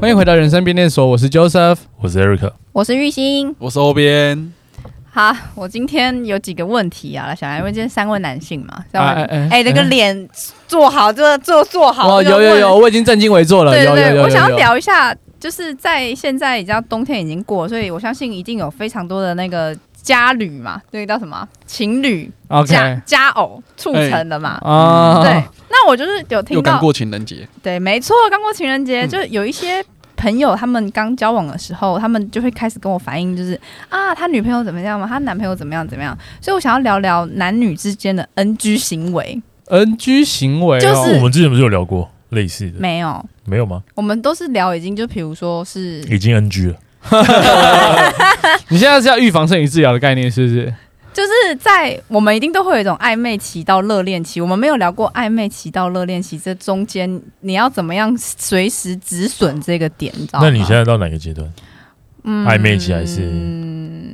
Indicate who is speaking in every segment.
Speaker 1: 欢迎回到人生变电所，我是 Joseph。
Speaker 2: 我是 Eric，
Speaker 3: 我是玉兴。
Speaker 4: 我是欧边，
Speaker 3: 好，我今天有几个问题啊，想来，因为今天三位男性嘛，三位
Speaker 1: 哎哎哎
Speaker 3: 哎，那个脸做好，这个做做好，
Speaker 1: 哇，
Speaker 3: 这个
Speaker 1: 有有
Speaker 3: 问
Speaker 1: 有，，我已经正襟危坐了。
Speaker 3: 对
Speaker 1: 有有
Speaker 3: 对
Speaker 1: 有
Speaker 3: 对，
Speaker 1: 有
Speaker 3: 我想要
Speaker 1: 有
Speaker 3: 聊一下，就是在现在，你知道冬天已经过，所以我相信一定有非常多的那个家侣嘛，那个叫什么情侣、
Speaker 1: OK
Speaker 3: 家家偶促成的嘛。
Speaker 1: 啊，
Speaker 3: 嗯对，那我就是有听
Speaker 4: 又
Speaker 3: 到
Speaker 4: 刚，过情人节，
Speaker 3: 对，没错，刚过情人节，
Speaker 4: 嗯
Speaker 3: 就有一些朋友他们刚交往的时候，他们就会开始跟我反映，就是啊，他女朋友怎么样嘛，他男朋友怎么样怎么样，所以我想要聊聊男女之间的 NG 行为，
Speaker 1: NG 行为哦
Speaker 3: 就
Speaker 2: 我
Speaker 3: 是
Speaker 2: 们之前不是有聊过类似的，
Speaker 3: 没有，
Speaker 2: 没有吗？
Speaker 3: 我们都是聊已经就比如说是
Speaker 2: 已经 NG 了，
Speaker 1: 你现在是要预防胜于治疗的概念，是不是？
Speaker 3: 就是在我们一定都会有一种暧昧期到热恋期，我们没有聊过暧昧期到热恋期这中间你要怎么样随时止损这个点，你知道吗？
Speaker 2: 那你现在到哪个阶段？
Speaker 3: 哦嗯
Speaker 2: 暧昧期还是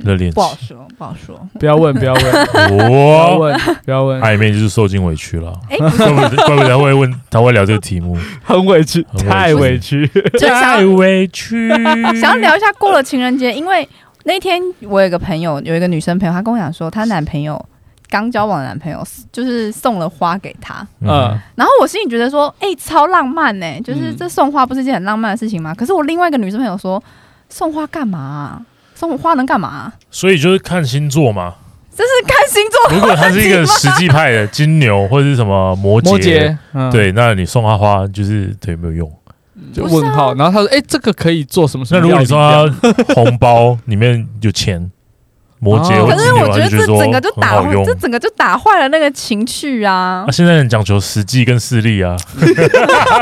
Speaker 2: 热恋期
Speaker 3: 不？好说， 不好说。
Speaker 1: 不要问，不要 问，不要
Speaker 2: 哦，
Speaker 1: 问，不要问，
Speaker 2: 暧昧就是受尽委屈了。
Speaker 3: 哎、不是
Speaker 2: 怪不得怪不得他会问，他会聊这个题目，
Speaker 1: 很委屈，
Speaker 2: 很委屈
Speaker 1: 太委屈。
Speaker 3: 就 想要
Speaker 2: 太委屈。
Speaker 3: 想要聊一下过了情人节，因为那天我有一个朋友，有一个女生朋友，她跟我讲说，她男朋友刚交往的男朋友就是送了花给她，
Speaker 2: 嗯，
Speaker 3: 然后我心里觉得说，哎、超浪漫呢、就是
Speaker 4: 嗯
Speaker 3: 这送花不是一件很浪漫的事情吗？可是我另外一个女生朋友说，送花干嘛啊、送花能干嘛啊、
Speaker 2: 所以就是看星座嘛。
Speaker 3: 这是看星座
Speaker 2: 如果他是一个实际派的 金牛或者是什么摩羯，
Speaker 1: 摩羯，嗯，
Speaker 2: 对，那你送他花就是对没有用。
Speaker 1: 就
Speaker 3: 不是啊
Speaker 1: 问号。然后他说：“哎，这个可以做什么什
Speaker 2: 那
Speaker 1: 么
Speaker 2: 如
Speaker 1: 料理
Speaker 2: 果你
Speaker 1: 这
Speaker 2: 送
Speaker 1: 样？”
Speaker 2: 他红包里面有钱，摩羯
Speaker 1: 哦
Speaker 2: 或
Speaker 3: 可是
Speaker 2: 金
Speaker 3: 我
Speaker 2: 牛，
Speaker 3: 觉
Speaker 2: 他
Speaker 3: 得
Speaker 2: 就觉
Speaker 3: 这
Speaker 2: 得说
Speaker 3: 整个就
Speaker 2: 很
Speaker 3: 打
Speaker 2: 好用。
Speaker 3: 这整个就打坏了那个情趣啊
Speaker 2: 啊，！现在很讲求实际跟势力啊，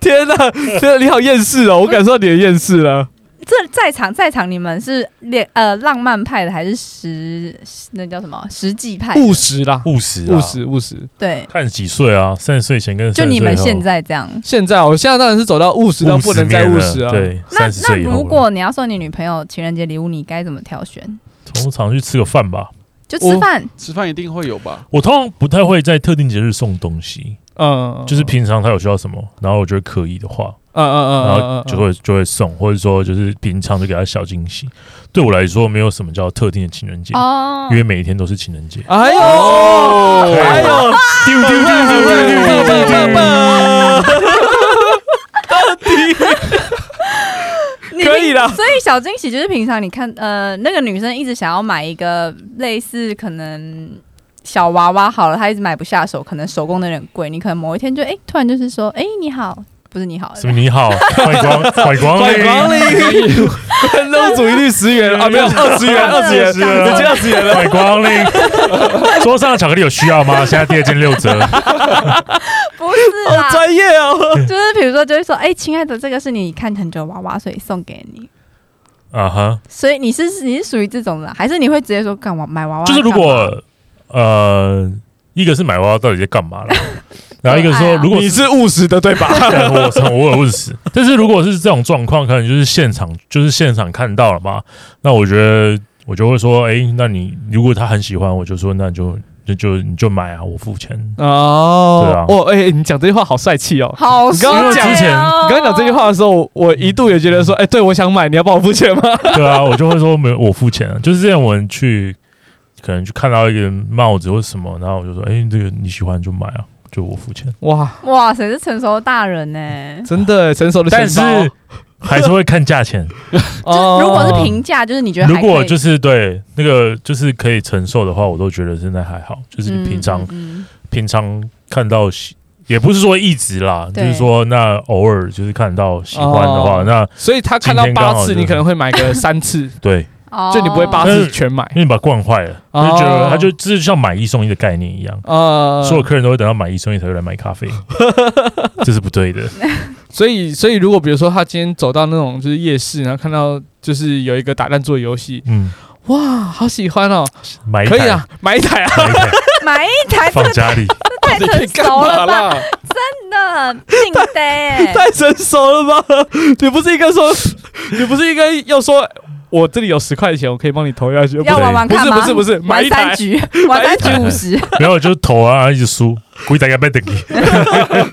Speaker 1: 天哪，天哪，你好厌世哦！我感受到你的厌世了。
Speaker 3: 这在场在场你们是恋呃浪漫派的还是实那叫什么实际派的？
Speaker 1: 务实啦，
Speaker 2: 务实、啊，
Speaker 1: 务，实，务实。
Speaker 3: 对，
Speaker 2: 看几岁啊，三十岁前跟
Speaker 3: 就你们现
Speaker 2: 在
Speaker 3: 在这样。
Speaker 1: 现在哦我现在当然是走到务实到不能再务实啊。
Speaker 2: 对，
Speaker 3: 那
Speaker 2: 三十
Speaker 3: 那
Speaker 2: 岁以后了
Speaker 3: 如果你要送你女朋友情人节礼物，你该怎么挑选？
Speaker 2: 通常去吃个饭吧，
Speaker 3: 就吃饭，
Speaker 4: 吃饭一定会有吧？
Speaker 2: 我通常不太会在特定节日送东西，
Speaker 1: 嗯，
Speaker 2: 就是平常他有需要什么，然后我觉得可以的话，
Speaker 1: 嗯，嗯嗯嗯，
Speaker 2: 然后
Speaker 1: 嗯
Speaker 2: 就会就会送，或者说就是平常就给他小惊喜。对我来说，没有什么叫特定的情人节，
Speaker 3: 哦
Speaker 2: 因，为每一天都是情人节。
Speaker 1: 哎呦，哎 呦，
Speaker 2: 哦丢丢丢丢丢丢丢！
Speaker 3: 你
Speaker 1: 可以啦
Speaker 3: 所以小惊喜就是平常你看，呃，那个女生一直想要买一个类似可能小娃娃好了，她一直买不下手，可能手工的有点贵，你可能某一天就哎、突然就是说，哎、你好，不是你好，
Speaker 2: 什么你好， 欢迎光欢迎光
Speaker 1: 欢迎
Speaker 2: 临，
Speaker 1: 光临，分钟煮一律十元啊，没有二十元，二十元，
Speaker 2: 20元
Speaker 1: 已经二十元了。
Speaker 2: 欢迎光临。桌上的巧克力有需要吗？现在第二件六折。
Speaker 3: 不是
Speaker 1: 好
Speaker 3: 啦，
Speaker 1: 专业哦！
Speaker 3: 就是比如说就会说，哎、亲爱的，这个是你看很久的娃娃，所以送给你。
Speaker 2: 啊哈，
Speaker 3: 所以你是你是属于这种的，还是你会直接说干嘛买娃娃？
Speaker 2: 就是如果呃，一个是买娃娃到底在干嘛了，然后一个说如果
Speaker 1: 你是务实的对吧？
Speaker 2: 但我操，我有问死。但是如果是这种状况，可能就是现场，就是现场看到了嘛。那我觉得我就会说，哎、那你如果他很喜欢，我就说那就就就你就买啊，我付钱。对
Speaker 1: 哦
Speaker 2: 啊，
Speaker 1: 哦，哎，你讲这句话好帅气哦！
Speaker 3: 好
Speaker 1: 你刚刚
Speaker 3: 帅
Speaker 1: 讲
Speaker 3: 哦
Speaker 2: 之前
Speaker 1: 你刚刚讲这句，话的时候，我一度也觉得说，哎，对我想买，你要帮我付钱吗？
Speaker 2: 对啊，我就会说没有，我付钱啊。就是这样，我们去可能去看到一个帽子或什么，然后我就说，哎、这个你喜欢就买啊，就我付钱。
Speaker 1: 哇，
Speaker 3: 哇塞，是成熟的大人呢、
Speaker 1: 真的成熟的钱包，
Speaker 2: 但是还是会看价 钱。
Speaker 1: 哦
Speaker 3: 就如果是平价，就是你觉得
Speaker 2: 如
Speaker 3: 还
Speaker 2: 果
Speaker 3: 可以
Speaker 2: 就是对那个就是可以承受的话，我都觉得现在还好。就是你平常
Speaker 3: 嗯嗯
Speaker 2: 平常看到喜，也不是说一直啦，就
Speaker 3: 对
Speaker 2: 是说那偶尔就是看到喜欢的话，
Speaker 1: 哦
Speaker 2: 那
Speaker 1: 所以他看到
Speaker 2: 今天刚好
Speaker 1: 八次，
Speaker 2: 就是
Speaker 1: 你可能会买个三次，
Speaker 2: 对，
Speaker 3: 嗯哦
Speaker 1: 就你不会八次全买
Speaker 2: 因为你把它惯坏了，
Speaker 1: 哦
Speaker 2: 就觉得他就这就像买一送一的概念一样。
Speaker 1: 呃，
Speaker 2: 所有客人都会等到买一送一才会来买咖啡，这是不对的。
Speaker 1: 所以所以如果比如说他今天走到那种就是夜市，然后看到就是有一个打弹珠的游戏，
Speaker 2: 嗯，
Speaker 1: 哇，好喜欢哦，
Speaker 2: 买一
Speaker 1: 可以
Speaker 2: 台，
Speaker 1: 啊，买一台啊，
Speaker 2: 买一台
Speaker 3: 买一台这
Speaker 2: 放家里。
Speaker 3: 太
Speaker 1: 你
Speaker 3: 成
Speaker 1: 干
Speaker 3: 熟
Speaker 1: 嘛
Speaker 3: 了吧？
Speaker 1: 啦？
Speaker 3: 真的定得、欸。
Speaker 1: 太成熟了吧？你不是应该说，你不是应该要说？我这里有十块钱，我可以帮你投下去。
Speaker 3: 要
Speaker 1: 不是
Speaker 3: 玩玩
Speaker 1: 不
Speaker 3: 看
Speaker 1: 是
Speaker 3: 吗？
Speaker 1: 不是不是， 买
Speaker 3: 玩
Speaker 1: 一
Speaker 3: 三
Speaker 1: 台，哦
Speaker 3: 局，玩三局五十，
Speaker 2: 然后我就投啊，一直输，估计大家被等你，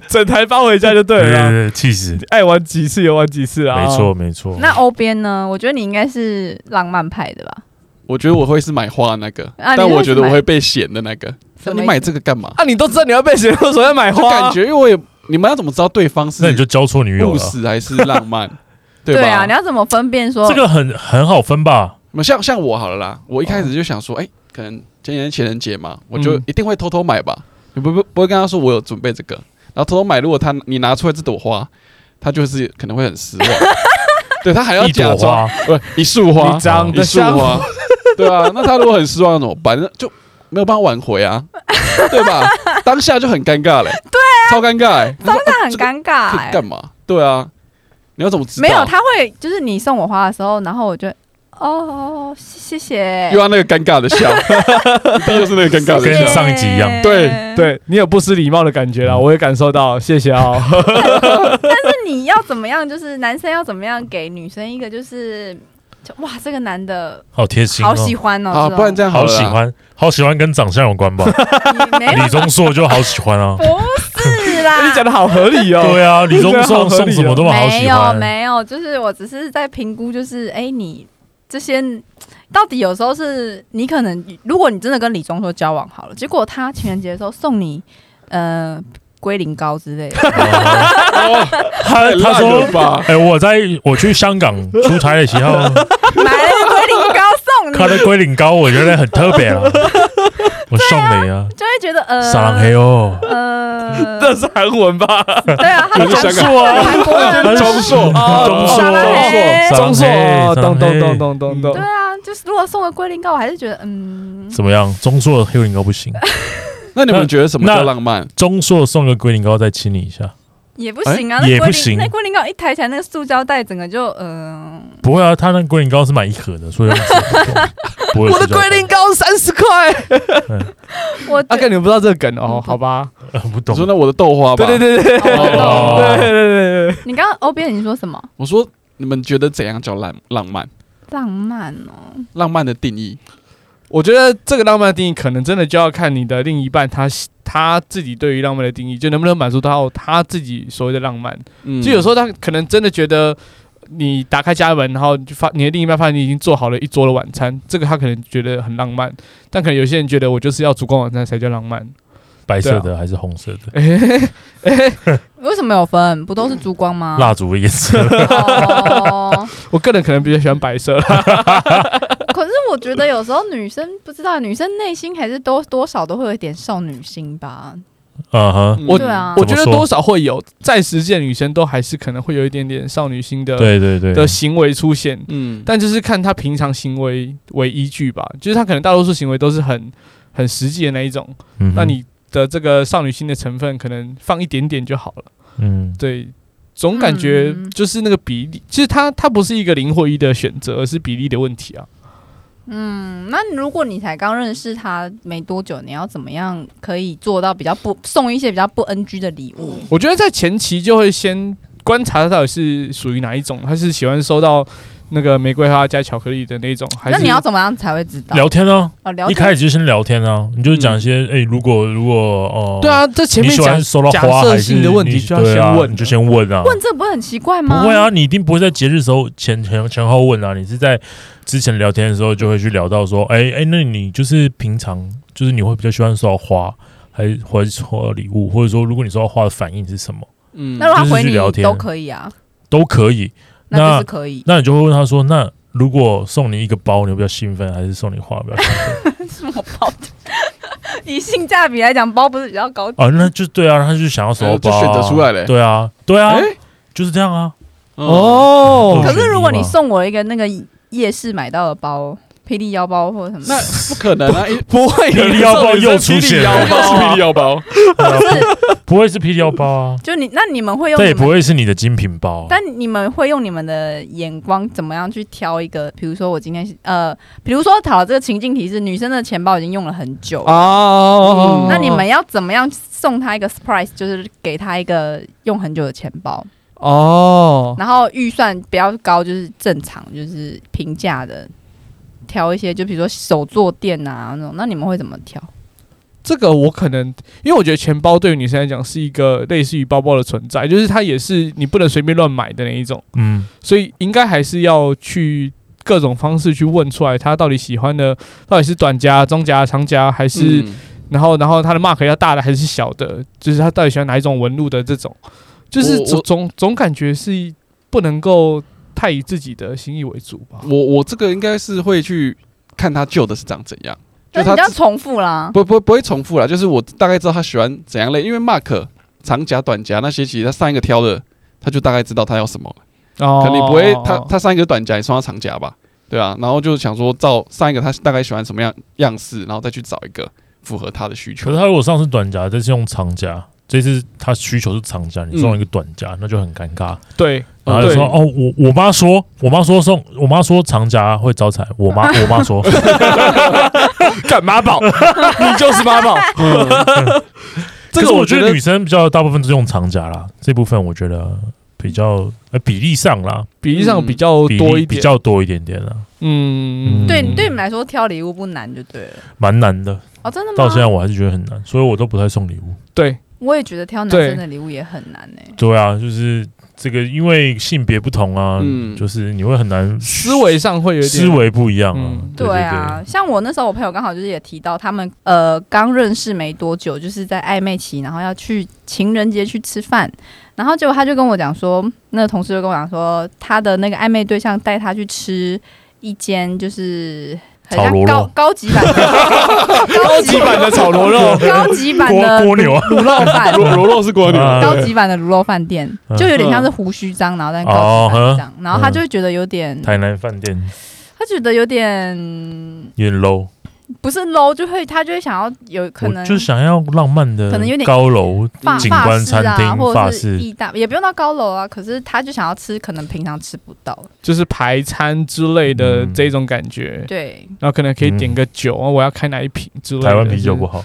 Speaker 1: 整台发回家就对了啦。
Speaker 2: 对，气死，
Speaker 1: 爱玩几次有玩几次啊？
Speaker 2: 没错，没错。
Speaker 3: 那欧边呢？我觉得你应该是浪漫派的吧？
Speaker 4: 我觉得我会是买花的那个，
Speaker 3: 啊
Speaker 4: 但
Speaker 3: 你
Speaker 4: 我
Speaker 3: 会
Speaker 4: 觉得我
Speaker 3: 买
Speaker 4: 会被嫌的那个。
Speaker 3: 什
Speaker 4: 那
Speaker 3: 么
Speaker 4: 你
Speaker 3: 意
Speaker 4: 买
Speaker 3: 思
Speaker 4: 这个干嘛？
Speaker 1: 啊，你都知道你要被谁勒索，要买
Speaker 4: 就
Speaker 1: 花，
Speaker 4: 感觉因为我也你们要怎么知道对方是
Speaker 2: 那你就交错女友啊
Speaker 4: 务
Speaker 2: 了，
Speaker 4: 实还是 浪漫？对吧？
Speaker 3: 对啊，你要怎么分辨说
Speaker 2: 这个很很好分吧？
Speaker 4: 那像像我好了啦，我一开始就想
Speaker 2: 哦
Speaker 4: 说，哎、可能今年情人节嘛，我就
Speaker 1: 嗯
Speaker 4: 一定会偷偷买吧，你不不不会跟他说我有准备这个，然后偷偷买，如果他你拿出来这朵花，他就是可能会 很失望，对他还要
Speaker 2: 一朵
Speaker 4: 假装
Speaker 2: 花，
Speaker 4: 不一束花
Speaker 1: 你，长
Speaker 4: 一
Speaker 1: 得
Speaker 4: 束
Speaker 1: 像
Speaker 4: 花，对啊，那他如果很失望怎么办？那就没有办法挽回啊，对吧？当下就很尴尬嘞、对、超尴尬、欸，
Speaker 3: 真的很尴尬
Speaker 4: 可以
Speaker 3: 哎、
Speaker 4: 干嘛？对啊，你要怎么知道？
Speaker 3: 没有，他会就是你送我花的时候，然后我就哦，谢谢，
Speaker 4: 又要那个尴尬的笑，一定又是那个尴尬的
Speaker 2: 跟
Speaker 4: 笑。
Speaker 2: 上一集一样
Speaker 3: 谢谢
Speaker 1: 对， 对你有不失礼貌的感觉啦，我也感受到，谢谢哦。
Speaker 3: 那你要怎么样？就是男生要怎么样给女生一个就是。就哇，这个男的
Speaker 2: 好贴心
Speaker 3: 好
Speaker 2: 哦，
Speaker 3: 喜欢哦！
Speaker 4: 啊，不然这
Speaker 3: 样
Speaker 4: 样
Speaker 2: 好
Speaker 4: 了啦
Speaker 2: 喜欢，好喜欢跟长相有关吧？
Speaker 3: 没有
Speaker 2: 李钟硕就好喜 欢啊，
Speaker 3: 不是 啦，
Speaker 1: 你讲的好合理哦。
Speaker 2: 对啊，李钟硕送什么都好
Speaker 3: 没
Speaker 2: 喜
Speaker 3: 有
Speaker 2: 欢，
Speaker 3: 没有，就是我只是在评估，就是哎、你这些到底有时候是你可能，如果你真的跟李钟硕交往好了，结果他情人节的时候送你呃龟苓膏之类的，
Speaker 2: 哦
Speaker 4: 哦，
Speaker 2: 他
Speaker 4: 太
Speaker 2: 他
Speaker 4: 烂
Speaker 2: 说
Speaker 4: 了吧？
Speaker 2: 哎、我在我去香港出差的时候，
Speaker 3: 买了一个龟苓膏 送你，
Speaker 2: 看到龟苓膏，我觉得很特别 啊，我送你啊，
Speaker 3: 就会觉得呃，
Speaker 2: 撒浪嘿哦，
Speaker 3: 呃，
Speaker 1: 这是韩文吧？
Speaker 3: 对啊，他
Speaker 4: 就是
Speaker 3: 讲
Speaker 4: 香港
Speaker 2: 硕啊，
Speaker 3: 韩 国人
Speaker 2: 很
Speaker 1: 中硕
Speaker 2: 啊
Speaker 1: 中
Speaker 3: 硕
Speaker 2: 中
Speaker 3: 哎
Speaker 2: 硕，
Speaker 1: 中硕哦，
Speaker 2: 撒浪
Speaker 1: 咚咚咚，
Speaker 2: 嘿撒浪
Speaker 1: 咚咚咚，
Speaker 3: 对啊，就是如果送了龟苓膏，我还是觉得嗯
Speaker 2: 嘿，怎么样？中硕黑苓膏不行，
Speaker 4: 那你们觉得什么
Speaker 2: 那
Speaker 4: 叫浪漫？
Speaker 2: 中硕送个龟苓膏再亲你一下，
Speaker 3: 也不行啊，
Speaker 2: 哎
Speaker 3: 那
Speaker 2: 也
Speaker 3: 龟
Speaker 2: 不
Speaker 3: 苓
Speaker 2: 行
Speaker 3: 那龟苓膏一抬起来，那个塑胶袋整个就嗯。
Speaker 2: 不会啊，他那龟苓膏是买一盒的，所以用纸不 够不会有
Speaker 1: 我的
Speaker 2: 塑胶
Speaker 1: 龟
Speaker 2: 袋。
Speaker 1: 苓膏三十块。
Speaker 3: 我
Speaker 1: 啊，跟你们不知道这个梗哦，好吧？
Speaker 2: 呃不
Speaker 4: 你说
Speaker 2: 懂，
Speaker 4: 那我的豆花吧？
Speaker 1: 对对对对
Speaker 3: 哦我 懂
Speaker 1: 对对对对，
Speaker 3: 你刚刚欧边你说什么？
Speaker 4: 我说你们觉得怎样叫浪浪漫？
Speaker 3: 浪漫哦，
Speaker 4: 浪漫的定义，
Speaker 1: 我觉得这个浪漫的定义，可能真的就要看你的另一半他他自己对于浪漫的定义，就能不能满足到他自己所谓的浪漫。
Speaker 4: 嗯
Speaker 1: 就有时候他可能真的觉得你打开家门，然后就发你的另一半发现你已经做好了一桌的晚餐，这个他可能觉得很浪漫，但可能有些人觉得我就是要烛光晚餐才叫浪漫。
Speaker 2: 白色
Speaker 1: 啊
Speaker 2: 的还是红色的？
Speaker 1: 哎
Speaker 3: 为什么有分？不都是烛光吗？
Speaker 2: 蜡烛的颜 色，
Speaker 3: 哦，
Speaker 1: 我个人可能比较喜欢白色啦，
Speaker 3: 可是我觉得有时候女生不知道，女生内心还是多多少都会有一点少女心吧。
Speaker 2: 嗯哼，
Speaker 1: 我
Speaker 3: 对啊
Speaker 1: 我觉得
Speaker 2: 怎么说
Speaker 1: 多少会有，在实践女生都还是可能会有一点点少女心的
Speaker 2: 对对对，
Speaker 1: 的行为出现，
Speaker 4: 嗯，
Speaker 1: 但就是看她平常行为为依据吧，就是她可能大多数行为都是很很实际的那一种，
Speaker 2: 嗯哼
Speaker 1: 那你的这个少女心的成分可能放一点点就好了。
Speaker 2: 嗯
Speaker 1: 对，总感觉
Speaker 3: 嗯
Speaker 1: 就是那个比例，其实它它不是一个零或一的选择，而是比例的问题啊。
Speaker 3: 嗯，那如果你才刚认识她没多久，你要怎么样可以做到比较不送一些比较不 NG 的礼物？
Speaker 1: 我觉得在前期就会先观察到底是属于哪一种，他是喜欢收到那个玫瑰花加巧克力的那种，还
Speaker 3: 那
Speaker 1: 是
Speaker 3: 你要怎么样才会知道？
Speaker 2: 聊天啊，
Speaker 3: 哦，聊
Speaker 2: 一
Speaker 3: 天
Speaker 2: 开始就先聊天啊，你就讲一些，哎、如果如果哦，
Speaker 1: 嗯对，啊？这前
Speaker 2: 你
Speaker 1: 面
Speaker 2: 喜欢
Speaker 1: 讲
Speaker 2: 收到
Speaker 1: 假
Speaker 2: 花
Speaker 1: 设
Speaker 2: 还是
Speaker 1: 性的问
Speaker 2: 你
Speaker 1: 题
Speaker 2: 喜
Speaker 1: 就要先
Speaker 2: 对啊
Speaker 1: 问
Speaker 2: 你就先问啊，
Speaker 3: 问这不是很奇怪
Speaker 2: 不
Speaker 3: 吗？
Speaker 2: 会啊，，你一定不会在节日时候前前前后问啊，你是在之前聊天的时候就会去聊到说，哎、哎、那你就是平常就是你会比较喜欢收到花，还是或者是收到礼物，或者说如果你收到花的反应是什么，
Speaker 4: 嗯
Speaker 3: 那如果
Speaker 2: 就
Speaker 3: 她
Speaker 2: 是
Speaker 3: 回
Speaker 2: 去
Speaker 3: 你
Speaker 2: 聊天
Speaker 3: 都可以啊，
Speaker 2: 都可以。
Speaker 3: 那就
Speaker 2: 那
Speaker 3: 是可 以。
Speaker 2: 那你就会问他说，那如果送你一个包，你会比较兴奋，还是送你花比较兴奋？
Speaker 3: 什么包？以性价比来讲，包不是比较高级？
Speaker 2: 啊，那就对啊，他就想要收到包、
Speaker 4: 哎就
Speaker 2: 啊，
Speaker 4: 选择出来了。
Speaker 2: 对啊，对啊，
Speaker 4: 哎
Speaker 2: 就是这样啊。
Speaker 4: 哦，
Speaker 1: 哦
Speaker 2: 嗯
Speaker 3: 可是如果你
Speaker 2: 选一吧
Speaker 3: 送我一个那个夜市买到的包，霹雳腰包或者什么，
Speaker 4: 那不可能啊！一
Speaker 1: 不会有人
Speaker 2: 霹雳腰包
Speaker 1: 送你
Speaker 2: 又
Speaker 1: 霹雳
Speaker 2: 出现
Speaker 1: 腰
Speaker 2: 了
Speaker 1: 包啊
Speaker 4: 霹雳腰包，
Speaker 2: 啊 不会是霹雳腰包啊，
Speaker 3: 就你那你们会用
Speaker 2: 但
Speaker 3: 你
Speaker 2: 也不
Speaker 3: 们，
Speaker 2: 会是你的精品包、啊。
Speaker 3: 但你们会用你们的眼光怎么样去挑一个？比如说我今天是呃，比如说讨这个情境题是女生的钱包已经用了很久，
Speaker 2: 啊
Speaker 1: 哦
Speaker 4: 嗯
Speaker 3: 那你们要怎么样送她一个 surprise，就是给她一个用很久的钱包？
Speaker 1: 哦，
Speaker 3: 然后预算比较高，就是正常，就是平价的，挑一些就比如说手作店啊那种。那你们会怎么挑？
Speaker 1: 这个我可能，因为我觉得钱包对于女生来讲是一个类似于包包的存在，就是它也是你不能随便乱买的那一种，
Speaker 2: 嗯，
Speaker 1: 所以应该还是要去各种方式去问出来，她到底喜欢的到底是短夹、中夹、长夹，还是、
Speaker 4: 嗯
Speaker 1: 然后然后她的 mark 要大的还是小的，就是她到底喜欢哪一种纹路的这种，就是
Speaker 4: 我
Speaker 1: 总
Speaker 4: 我
Speaker 1: 总总感觉是不能够太以自己的心意为主吧。
Speaker 4: 我我这个应该是会去看他旧的是长怎样，
Speaker 3: 但
Speaker 4: 就是
Speaker 3: 你
Speaker 4: 他
Speaker 3: 要重复
Speaker 2: 嗯
Speaker 3: 啦，
Speaker 4: 不不不会重复啦，就是我大概知道他喜欢怎样类，因为 Mark 长夹短夹那些，其实他上一个挑的，他就大概知道他要什么了。
Speaker 1: 哦
Speaker 4: 可能你不会，他他上一个短夹，你送他长夹吧，对啊，然后就想说照上一个他大概喜欢什么样样式，然后再去找一个符合他的需
Speaker 2: 可
Speaker 4: 求
Speaker 2: 是。他如果上次短夹，这次用长夹，这次他需求是长夹，你送一个短夹，那就很尴尬。
Speaker 1: 对，
Speaker 2: 然后
Speaker 1: 嗯
Speaker 2: 就
Speaker 1: 对
Speaker 2: 说哦，我我妈说，我妈说送，我妈说长夹会招财，我妈 我妈说，
Speaker 1: 干妈 宝，你就是妈宝。嗯这
Speaker 2: 可
Speaker 1: 个
Speaker 2: 是我
Speaker 1: 觉
Speaker 2: 觉得女生比较大部分都是用长夹啦，这部分我觉得比较呃比例上啦，
Speaker 1: 比例上比较
Speaker 2: 比例
Speaker 1: 多一点，
Speaker 2: 比较多一点点啦，
Speaker 1: 嗯，
Speaker 2: 嗯
Speaker 3: 对，对你们来说挑礼物不难就对了。
Speaker 2: 蛮难的。
Speaker 1: 嗯
Speaker 3: 哦，真的吗？
Speaker 2: 到现在我还是觉得很难，所以我都不太送礼物。
Speaker 1: 对，
Speaker 3: 我也觉得挑男
Speaker 1: 对
Speaker 3: 生的礼物也很难欸呢、
Speaker 2: 对啊，就是这个，因为性别不同啊，
Speaker 4: 嗯
Speaker 2: 就是你会很难
Speaker 1: 思维上会有一点
Speaker 2: 思维不一样啊
Speaker 1: 嗯。
Speaker 2: 对
Speaker 3: 对啊，像我那时候，我朋友刚好就是也提到，他们呃刚认识没多久，就是在暧昧期，然后要去情人节去吃饭，然后结果他就跟我讲说，那个同事就跟我讲说，他的那个暧昧对象带他去吃一间就是很
Speaker 2: 炒
Speaker 3: 像
Speaker 2: 螺
Speaker 3: 高
Speaker 2: 肉
Speaker 3: 高级版的高，
Speaker 1: 高级版的炒螺肉
Speaker 3: 高级版
Speaker 2: 对对
Speaker 3: 的
Speaker 2: 对，锅锅牛啊，
Speaker 3: 卤肉饭，
Speaker 4: 罗肉是瓜
Speaker 2: 牛啊
Speaker 3: 高级版的卤肉饭店，
Speaker 2: 嗯哦
Speaker 3: 就有点像是胡须章，然后但高级版这样，然后他就会觉得有点，
Speaker 2: 台南饭店
Speaker 3: 他觉得有点
Speaker 2: 有点 low，
Speaker 3: 不是 low，就会他就会想要有可
Speaker 2: 我
Speaker 3: 能
Speaker 2: 就想要浪漫的，
Speaker 3: 可能有点
Speaker 2: 高楼
Speaker 3: 法
Speaker 2: 景
Speaker 3: 法
Speaker 2: 观
Speaker 3: 式
Speaker 2: 餐
Speaker 3: 啊，
Speaker 2: 厅、
Speaker 3: 或
Speaker 2: 法
Speaker 3: 者是
Speaker 2: 式，
Speaker 3: 意大，也不用到高楼啊，可是他就想要吃可能平常吃不到的，
Speaker 1: 就是排餐之类的
Speaker 2: 嗯
Speaker 1: 这种感觉，
Speaker 3: 对，
Speaker 1: 然后可能可以
Speaker 2: 嗯
Speaker 1: 点个酒，啊我要开哪一瓶之类的。
Speaker 2: 台湾啤酒不好，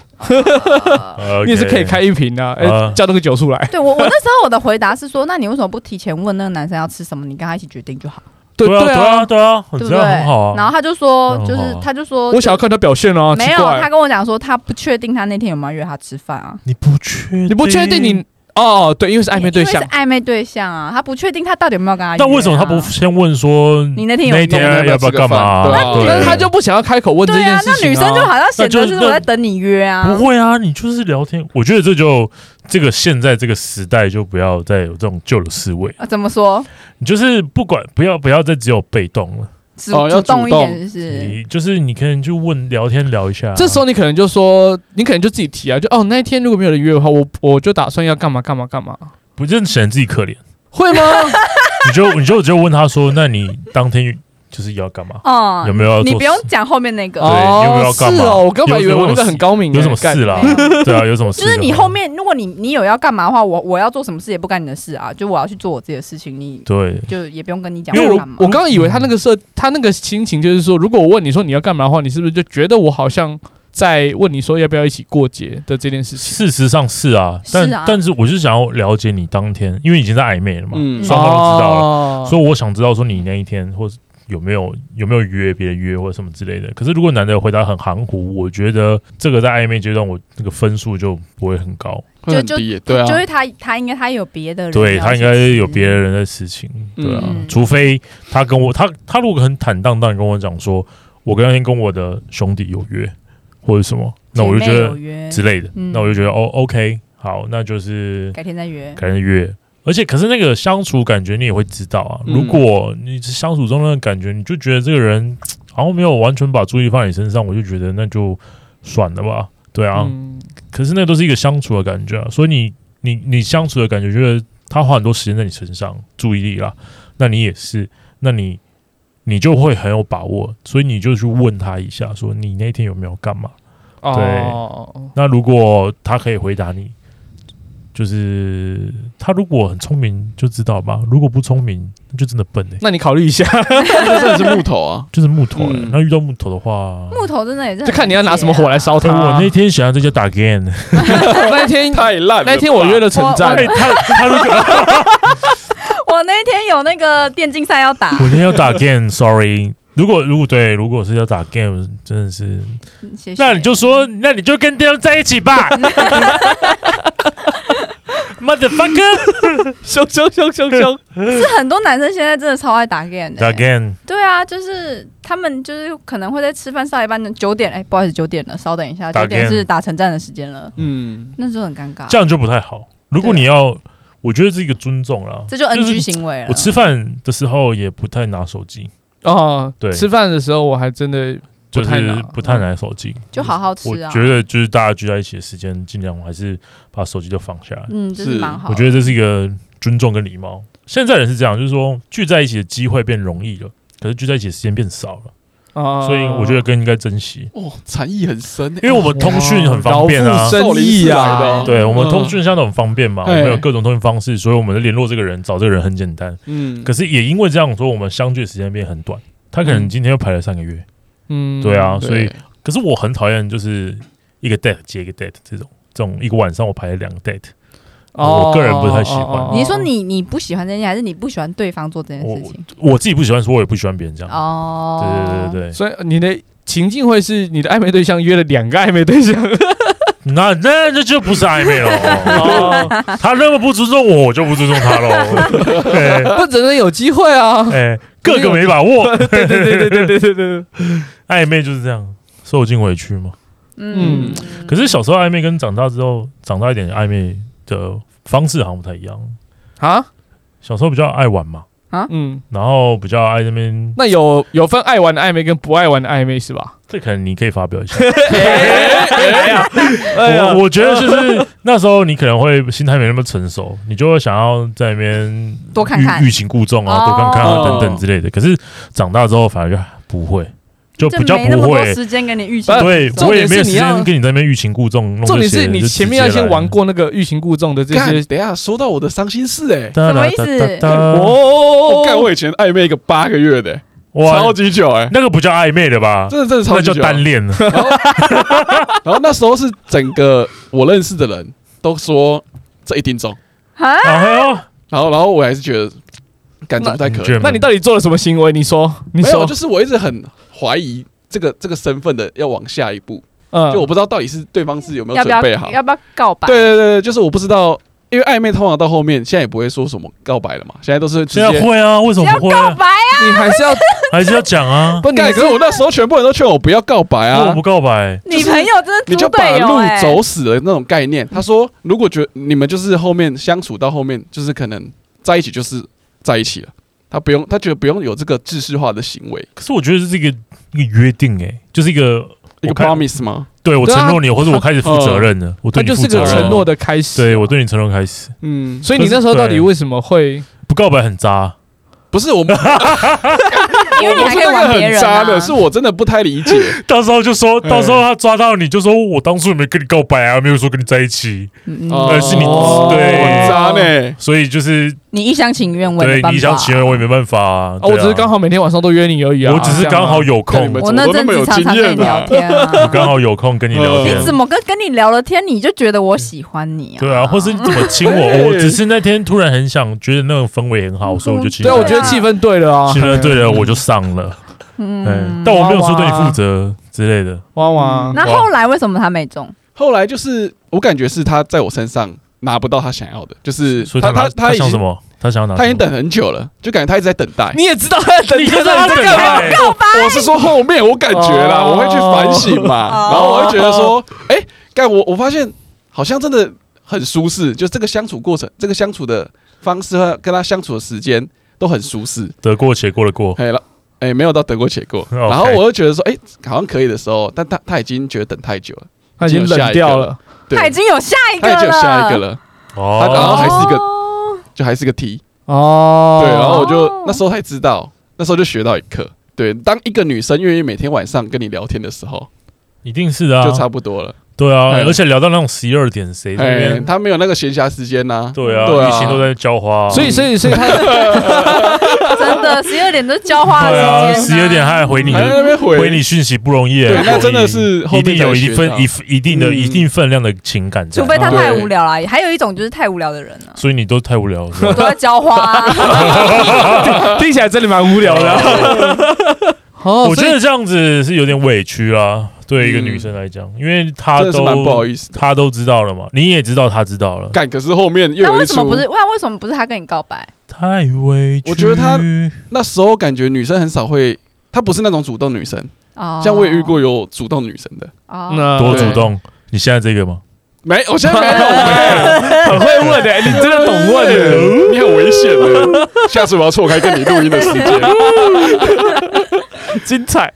Speaker 3: 呃
Speaker 1: 你也是可以开一瓶的，哎，
Speaker 2: 啊
Speaker 1: 叫那个酒出来。
Speaker 3: 对我我那时候我的回答是说，那你为什么不提前问那个男生要吃什么？你跟他一起决定就好，
Speaker 2: 对啊，对
Speaker 1: 啊
Speaker 2: 啊，，对啊，我
Speaker 3: 对不对？
Speaker 2: 这样很好啊。
Speaker 3: 然后他就说，就
Speaker 2: 这样很
Speaker 3: 是
Speaker 2: 好啊
Speaker 3: 他就说，
Speaker 1: 我想要看他表现哦。
Speaker 3: 没
Speaker 1: 奇
Speaker 3: 有，啊
Speaker 1: 怪
Speaker 3: 他跟我讲说他不确定他那天有没有约他吃饭啊。
Speaker 2: 你不确定？
Speaker 1: 你不确定
Speaker 2: 嗯
Speaker 1: 你哦，对，因为是暧昧对
Speaker 3: 因
Speaker 1: 象
Speaker 3: 为是，暧昧对象啊，他不确定他到底有没有跟他约啊。
Speaker 2: 那为什么他不先问说
Speaker 3: 你那天有
Speaker 2: 那
Speaker 3: 约吗
Speaker 2: 天要不要干嘛
Speaker 4: 对啊
Speaker 2: 啊？
Speaker 4: 那
Speaker 1: 但
Speaker 2: 对，
Speaker 1: 是他就不想要开口问这
Speaker 3: 对
Speaker 1: 件
Speaker 3: 啊，
Speaker 1: 事情啊。
Speaker 3: 那女生就好像显得
Speaker 2: 那就是
Speaker 3: 是我在等你约啊，
Speaker 2: 不会啊，你就是聊天。我觉得这就这个现在这个时代就不要再有这种旧的思维，
Speaker 3: 啊？怎么说？
Speaker 2: 你就是不管不要不要再只有被动了，
Speaker 3: 主
Speaker 4: 哦要主
Speaker 3: 动一
Speaker 4: 动
Speaker 3: 点，就是
Speaker 2: 你就是你可能去问聊天聊一下啊、
Speaker 1: 这时候你可能就说，你可能就自己提啊，就哦那一天如果没有人约的话，我我就打算要干嘛干嘛干嘛，
Speaker 2: 不就显得自己可怜？
Speaker 1: 会 吗？
Speaker 2: 你就你就只有问他说，那你当天就是要干嘛？
Speaker 3: 哦，
Speaker 2: 有没有要做
Speaker 3: 你不用讲后面那个，
Speaker 2: 对你有没有要干嘛
Speaker 1: 是哦，我根本以为
Speaker 2: 有
Speaker 1: 我
Speaker 2: 有
Speaker 1: 那
Speaker 2: 什么
Speaker 1: 个很高明欸，
Speaker 2: 有什么
Speaker 1: 干
Speaker 2: 事啦
Speaker 3: 没？
Speaker 2: 对啊，有什么事？
Speaker 3: 哦就是你后面，如果你你有要干嘛的话，我我要做什么事也不干你的事啊，就我要去做我自己的事情，你
Speaker 2: 对，
Speaker 3: 就也不用跟你讲
Speaker 1: 因为我
Speaker 3: 干嘛。
Speaker 1: 我刚刚以为他那个设他那个心情就是说，如果我问你说你要干嘛的话，你是不是就觉得我好像在问你说要不要一起过节的这件事情？
Speaker 2: 事实上是啊，
Speaker 3: 是
Speaker 2: 但
Speaker 3: 啊
Speaker 2: 但是我是想要了解你当天，因为已经在暧昧了嘛，
Speaker 4: 嗯
Speaker 2: 双方都知道了。
Speaker 1: 了
Speaker 2: 所以我想知道说你那一天或是有没有有没有约别人约或什么之类的。可是如果男的回答很含糊，我觉得这个在暧昧阶段我那个分数就不会很高，
Speaker 4: 会很低耶，对啊
Speaker 3: 就，是他他应该他有别的人，
Speaker 2: 对他应该有别的。人的事情，
Speaker 4: 嗯
Speaker 2: 对啊，
Speaker 3: 嗯
Speaker 2: 除非他跟我他他如果很坦荡荡地跟我讲说，我跟那天跟我的兄弟有约或者什么，那我就觉
Speaker 3: 姐妹有
Speaker 2: 得
Speaker 3: 约
Speaker 2: 之类的，
Speaker 3: 嗯
Speaker 2: 那我就觉得哦，OK，好，那就是
Speaker 3: 改天再约，
Speaker 2: 感觉约。而且，可是那个相处感觉你也会知道啊。
Speaker 4: 嗯
Speaker 2: 如果你相处中那个感觉，你就觉得这个人好像没有完全把注意放在你身上，我就觉得那就算了吧。对啊，
Speaker 1: 嗯，
Speaker 2: 可是那都是一个相处的感觉啊。所以你你你相处的感觉，觉得他花很多时间在你身上，注意力啦，那你也是，那你你就会很有把握，所以你就去问他一下，说你那天有没有干嘛？
Speaker 1: 嗯哦，
Speaker 2: 那如果他可以回答你，就是他如果很聪明就知道吧，如果不聪明那就真的笨哎、
Speaker 1: 那你考虑一下，
Speaker 4: 那真的是木头啊，
Speaker 2: 就是木头、欸。
Speaker 4: 嗯
Speaker 2: 那遇到木头的话，
Speaker 3: 木头真的也是很难解啊，
Speaker 1: 就看你要拿什么火 来烧
Speaker 2: 可
Speaker 1: 它。
Speaker 2: 我那天想要在家打 game，
Speaker 1: 那天
Speaker 4: 太烂了吧，
Speaker 1: 那天我约了陈
Speaker 3: 我
Speaker 1: 战
Speaker 2: 哎，他他如果
Speaker 3: 天有那个电竞赛要打，
Speaker 2: 我今天要打 game，sorry。如果如果对，如果是要打 game，真的是，
Speaker 3: 谢谢
Speaker 2: 那你就说，那你就跟他们在一起吧。Motherfucker，
Speaker 1: 凶凶凶凶凶！
Speaker 3: 是很多男生现在真的超爱打 game 的、
Speaker 2: 打 game，
Speaker 3: 对啊，就是他们就是可能会在吃饭上一半的九点，哎、不好意思，九点了，稍等一下，
Speaker 2: 打
Speaker 3: 九点
Speaker 2: game
Speaker 3: 是打城战的时间了，
Speaker 4: 嗯，
Speaker 3: 那就很尴尬，
Speaker 2: 这样就不太好。如果你要，我觉得是一个尊重啦。
Speaker 3: 这就
Speaker 2: 就是
Speaker 3: NG 行为了。
Speaker 2: 我吃饭的时候也不太拿手机，
Speaker 1: 哦，
Speaker 2: 对
Speaker 1: 吃饭的时候我还真的不
Speaker 2: 就
Speaker 1: 太
Speaker 2: 是
Speaker 1: 拿，
Speaker 2: 不太拿手机。
Speaker 3: 就好好吃
Speaker 2: 我
Speaker 3: 啊，
Speaker 2: 觉得就是大家聚在一起的时间，尽量我还是把手机都放下来。
Speaker 3: 嗯，这是
Speaker 4: 是
Speaker 3: 蛮好的。
Speaker 2: 我觉得这是一个尊重跟礼貌。现在人是这样，就是说聚在一起的机会变容易了，可是聚在一起的时间变少了，
Speaker 1: 哦
Speaker 2: 所以我觉得更应该珍惜，
Speaker 4: 哦，禅意很深欸，
Speaker 2: 因为我们通讯很方便
Speaker 1: 老
Speaker 2: 啊
Speaker 1: 父。哦生意
Speaker 4: 少林寺来的
Speaker 1: 啊，
Speaker 4: 哦
Speaker 2: 对我们通讯相对很方便嘛，我
Speaker 4: 嗯
Speaker 2: 们有各种通讯方式，所以我们联络这个人、找这个人很简单。
Speaker 4: 嗯，
Speaker 2: 可是也因为这样说，我们相聚的时间变很短。他可能今天又排了三个月，
Speaker 1: 嗯
Speaker 2: 对啊，
Speaker 4: 对
Speaker 2: 所以可是我很讨厌就是一个 date 接一个 date 这种这种一个晚上我排了两个 date，我个人不太喜
Speaker 1: 哦
Speaker 2: 欢
Speaker 3: 你是说你你不喜欢这件事，还是你不喜欢对方做这件事情？
Speaker 2: 我自己不喜欢说，我也不喜欢别人这样。对
Speaker 3: 哦，
Speaker 2: 对对对
Speaker 1: 所以你的情境会是你的暧昧对象约了两个暧昧 对象，
Speaker 2: 那那这就不是暧 昧喽。他那么不尊重我，我就不尊重他喽。 对，
Speaker 1: 不只能有机会啊！
Speaker 2: 哎，个个没把握，
Speaker 1: 对对对对对对对对，
Speaker 2: 暧昧就是这样，受尽委屈嘛。
Speaker 3: 嗯，
Speaker 2: 可是小时候暧昧跟长大之后，长大一点暧昧的方式好像不太一样。
Speaker 1: 啊，
Speaker 2: 小时候比较爱玩嘛，
Speaker 1: 嗯，
Speaker 2: 然后比较爱那边，
Speaker 1: 那有有分爱玩的暧昧跟不爱玩的暧昧是吧？
Speaker 2: 这可能你可以发表 一下。
Speaker 1: 哎呀，哎呀
Speaker 2: 我我觉得就是那时候你可能会心态没那么成熟，你就会想要在那边
Speaker 3: 多看看
Speaker 2: 欲欲擒故纵啊，
Speaker 3: 哦
Speaker 2: 多看看
Speaker 1: 嗯
Speaker 2: 啊等等之类的。可是长大之后反而就不会，就
Speaker 3: 就
Speaker 2: 比较
Speaker 3: 没那
Speaker 2: 不
Speaker 3: 么多
Speaker 2: 会。
Speaker 3: 时间跟你预期
Speaker 1: 不。
Speaker 2: 对，
Speaker 1: 重点
Speaker 2: 我也没有
Speaker 1: 是你
Speaker 2: 时
Speaker 1: 要
Speaker 2: 间跟你在那边欲擒故纵。弄这
Speaker 1: 重点
Speaker 2: 些
Speaker 1: 是你前面要先玩。过那个欲擒故纵的这
Speaker 4: 干
Speaker 1: 些，
Speaker 4: 等一下说到我的伤心事哎，
Speaker 2: 什
Speaker 3: 什么意思
Speaker 2: 呃 我
Speaker 1: 哦
Speaker 4: 我干，我以前暧昧一个八个月的欸，超
Speaker 2: 哇，
Speaker 4: 级久哎，
Speaker 2: 那个不叫暧昧的 吧？
Speaker 4: 真的真的超
Speaker 2: 那
Speaker 4: 级
Speaker 2: 叫
Speaker 4: 久。
Speaker 2: 单恋了。啊
Speaker 4: 然后那时候是整个我认识的人都说这一定中，
Speaker 3: 啊，
Speaker 2: 哎呦
Speaker 4: 然后然后我还是觉得感觉不太可
Speaker 2: 你觉
Speaker 4: 能
Speaker 2: 得。
Speaker 1: 那你到底做了什么行为？你说，你
Speaker 4: 没有，
Speaker 1: 说，
Speaker 4: 就是我一直很怀疑这个这个身份的要往下一步，
Speaker 1: 嗯
Speaker 4: 就我不知道到底是对方是有没有
Speaker 3: 要不要
Speaker 4: 准备好。
Speaker 3: 要不要告白？
Speaker 4: 对对对，对就是我不知道，因为暧昧通常到后面现在也不会说什么告白了嘛，现在都是直
Speaker 2: 现在
Speaker 4: 接。
Speaker 2: 会啊？为什么
Speaker 3: 要
Speaker 2: 不会啊？
Speaker 3: 告白啊！
Speaker 1: 你还是要
Speaker 2: 还是要讲啊？
Speaker 1: 不，你哎
Speaker 4: 干，
Speaker 1: 还
Speaker 4: 可
Speaker 1: 是
Speaker 4: 是我那时候全部人都劝我不要告白
Speaker 2: 那我
Speaker 4: 啊
Speaker 2: 不，告白，
Speaker 3: 你朋友真的
Speaker 4: 你就
Speaker 3: 猪
Speaker 4: 把
Speaker 3: 队友
Speaker 4: 路
Speaker 3: 哎，
Speaker 4: 走死的那种概念。他说，如果觉你们就是后面相处到后面，就是可能在一起就是在一起了，他不用，他觉得不用有这个制式化的行为，
Speaker 2: 可是我觉得这是一个一个约定，哎，就是一个
Speaker 4: 一
Speaker 2: 我
Speaker 4: 个
Speaker 2: 看
Speaker 4: promise 吗？
Speaker 2: 对我
Speaker 1: 对啊
Speaker 2: 承诺你，或者我开始负责任了，我
Speaker 1: 它
Speaker 2: 对你
Speaker 1: 就是
Speaker 2: 负责
Speaker 1: 个
Speaker 2: 任了
Speaker 1: 承诺，的开始。
Speaker 2: 对我对你承诺开始，
Speaker 4: 嗯，
Speaker 1: 所以你那时候到底为什么会？
Speaker 2: 不告白很渣，
Speaker 4: 不是我们，
Speaker 3: 因为你还可以玩别人
Speaker 4: 我
Speaker 3: 啊
Speaker 4: 不是那个很渣的，是我真的不 太理解。
Speaker 2: 到时候就说，
Speaker 4: 嗯
Speaker 2: 到时候他抓到你就说我当初也没跟你告白啊，没有说跟你在一起，
Speaker 3: 嗯
Speaker 4: 哦
Speaker 2: 呃是你
Speaker 1: 哦
Speaker 2: 对
Speaker 4: 很渣呢。
Speaker 2: 所以就是
Speaker 3: 你一厢情愿，我也没
Speaker 2: 对
Speaker 3: 办
Speaker 2: 你想
Speaker 3: 法。
Speaker 2: 情愿我也没办法啊，
Speaker 1: 啊，我只是刚
Speaker 2: 好，
Speaker 1: 好每天晚上都约你而已啊。
Speaker 2: 我只是刚好有
Speaker 4: 看
Speaker 2: 空
Speaker 4: 你们，
Speaker 3: 我那阵子常常跟你聊天啊，
Speaker 2: 刚好有空 跟你聊
Speaker 4: 嗯
Speaker 2: 天
Speaker 3: 你。怎么跟跟你聊了天，你就觉得我喜欢你啊？
Speaker 2: 对啊，或是你怎么亲我？我只是那天突然很想，觉得那种氛围很好，所以我就亲
Speaker 1: 这
Speaker 2: 了。
Speaker 1: 样啊对啊，我觉
Speaker 3: 对
Speaker 1: 得气氛对了啊。
Speaker 2: 亲了，对了，我就上了。嗯，但我没有说对你负责之类的。
Speaker 1: 哇哇，
Speaker 3: 那后来为什么他没 中？
Speaker 4: 后来就是我感觉是他在我身上拿不到他想要的，就是
Speaker 2: 所以
Speaker 4: 他
Speaker 2: 拿
Speaker 4: 他已
Speaker 2: 想什
Speaker 4: 经
Speaker 2: 么？他想要拿什么？
Speaker 4: 他已经等很久了，就感觉他一直在等待。
Speaker 1: 你也知道他在等，
Speaker 2: 你就知道他在
Speaker 1: 在
Speaker 2: 等
Speaker 1: 干嘛？
Speaker 2: 哎
Speaker 3: 告白
Speaker 4: 我是说后面我感觉啦，
Speaker 1: 哦
Speaker 4: 我会去反省嘛，
Speaker 3: 哦
Speaker 4: 然后我会觉得说，哎，干我我发现好像真的很舒适，就这个相处过程，这个相处的方式和跟他相处的时间都很舒适。
Speaker 2: 得过且过的过。
Speaker 4: 哎了，哎没有到得过且过，
Speaker 2: 哦 OK
Speaker 4: 然后我又觉得说，哎，好像可以的时候，但他他已经觉得等太久了，
Speaker 1: 他已经冷掉了。
Speaker 4: 对，
Speaker 3: 他已经有下一个
Speaker 4: 他已
Speaker 3: 了，
Speaker 4: 经有下一个，了，
Speaker 2: 哦，
Speaker 4: 他然后还是一个
Speaker 3: 哦
Speaker 4: 就还是个 T。
Speaker 1: 哦，
Speaker 4: 对，然后我
Speaker 3: 哦
Speaker 4: 就那时候才知道，那时候就学到一课。对，当一个女生愿意每天晚上跟你聊天的时候，
Speaker 2: 一定是啊，
Speaker 4: 就差不多了。
Speaker 2: 对啊，
Speaker 4: 哎
Speaker 2: 而且聊到那种十一二点，谁这
Speaker 4: 哎，
Speaker 2: 边？
Speaker 4: 她没有那个闲暇时间呐。
Speaker 2: 对啊，
Speaker 4: 对啊
Speaker 2: 疫情都在浇花啊，
Speaker 1: 所以所以所以他
Speaker 3: 真的十二点都浇花
Speaker 2: 对啊，
Speaker 3: 的时
Speaker 2: 十
Speaker 3: 间啊，
Speaker 2: 二点还回你
Speaker 4: 还在
Speaker 2: 的
Speaker 4: 那边
Speaker 2: 回
Speaker 4: 回，
Speaker 2: 你讯息不容易耶，
Speaker 4: 对，那
Speaker 2: 不容
Speaker 4: 真的
Speaker 2: 易
Speaker 4: 是后
Speaker 2: 一定
Speaker 4: 面
Speaker 2: 有
Speaker 4: 才
Speaker 2: 一
Speaker 4: 学
Speaker 2: 份
Speaker 4: 到
Speaker 2: 一一定的
Speaker 4: 嗯
Speaker 2: 一定分量的情感在，
Speaker 3: 除非他
Speaker 2: 啊
Speaker 3: 太无聊了，还有一种就是太无聊的人了，。
Speaker 2: 所以你都太无聊了是吧
Speaker 3: 都在浇花 啊，
Speaker 1: 听起来真的蛮无聊的。哦
Speaker 2: 我觉得这样子是有点委屈啊，对一个
Speaker 4: 嗯
Speaker 2: 女生来讲，因为她
Speaker 4: 真的是
Speaker 2: 都
Speaker 4: 蛮不好意思的。
Speaker 2: 她都知道了嘛，你也知道她知道了，
Speaker 4: 干，可是后面又
Speaker 3: 那
Speaker 4: 有
Speaker 3: 为
Speaker 4: 一
Speaker 3: 什么
Speaker 4: 出
Speaker 3: 不，是？那为什么不是他跟你告白？
Speaker 2: 太委屈。
Speaker 4: 我觉得她那时候感觉女生很少会，她不是那种主动女生，
Speaker 3: 哦，
Speaker 4: 像我也遇过有主动女生的，
Speaker 3: 哦，
Speaker 1: 那
Speaker 2: 多
Speaker 4: 哎
Speaker 2: 主动，你现在这个吗？
Speaker 4: 没，我现在 没有，
Speaker 1: 很会问的、你真的懂问的。
Speaker 4: 对你很危险的，下次我要错开跟你录音 的时间。
Speaker 1: 精彩。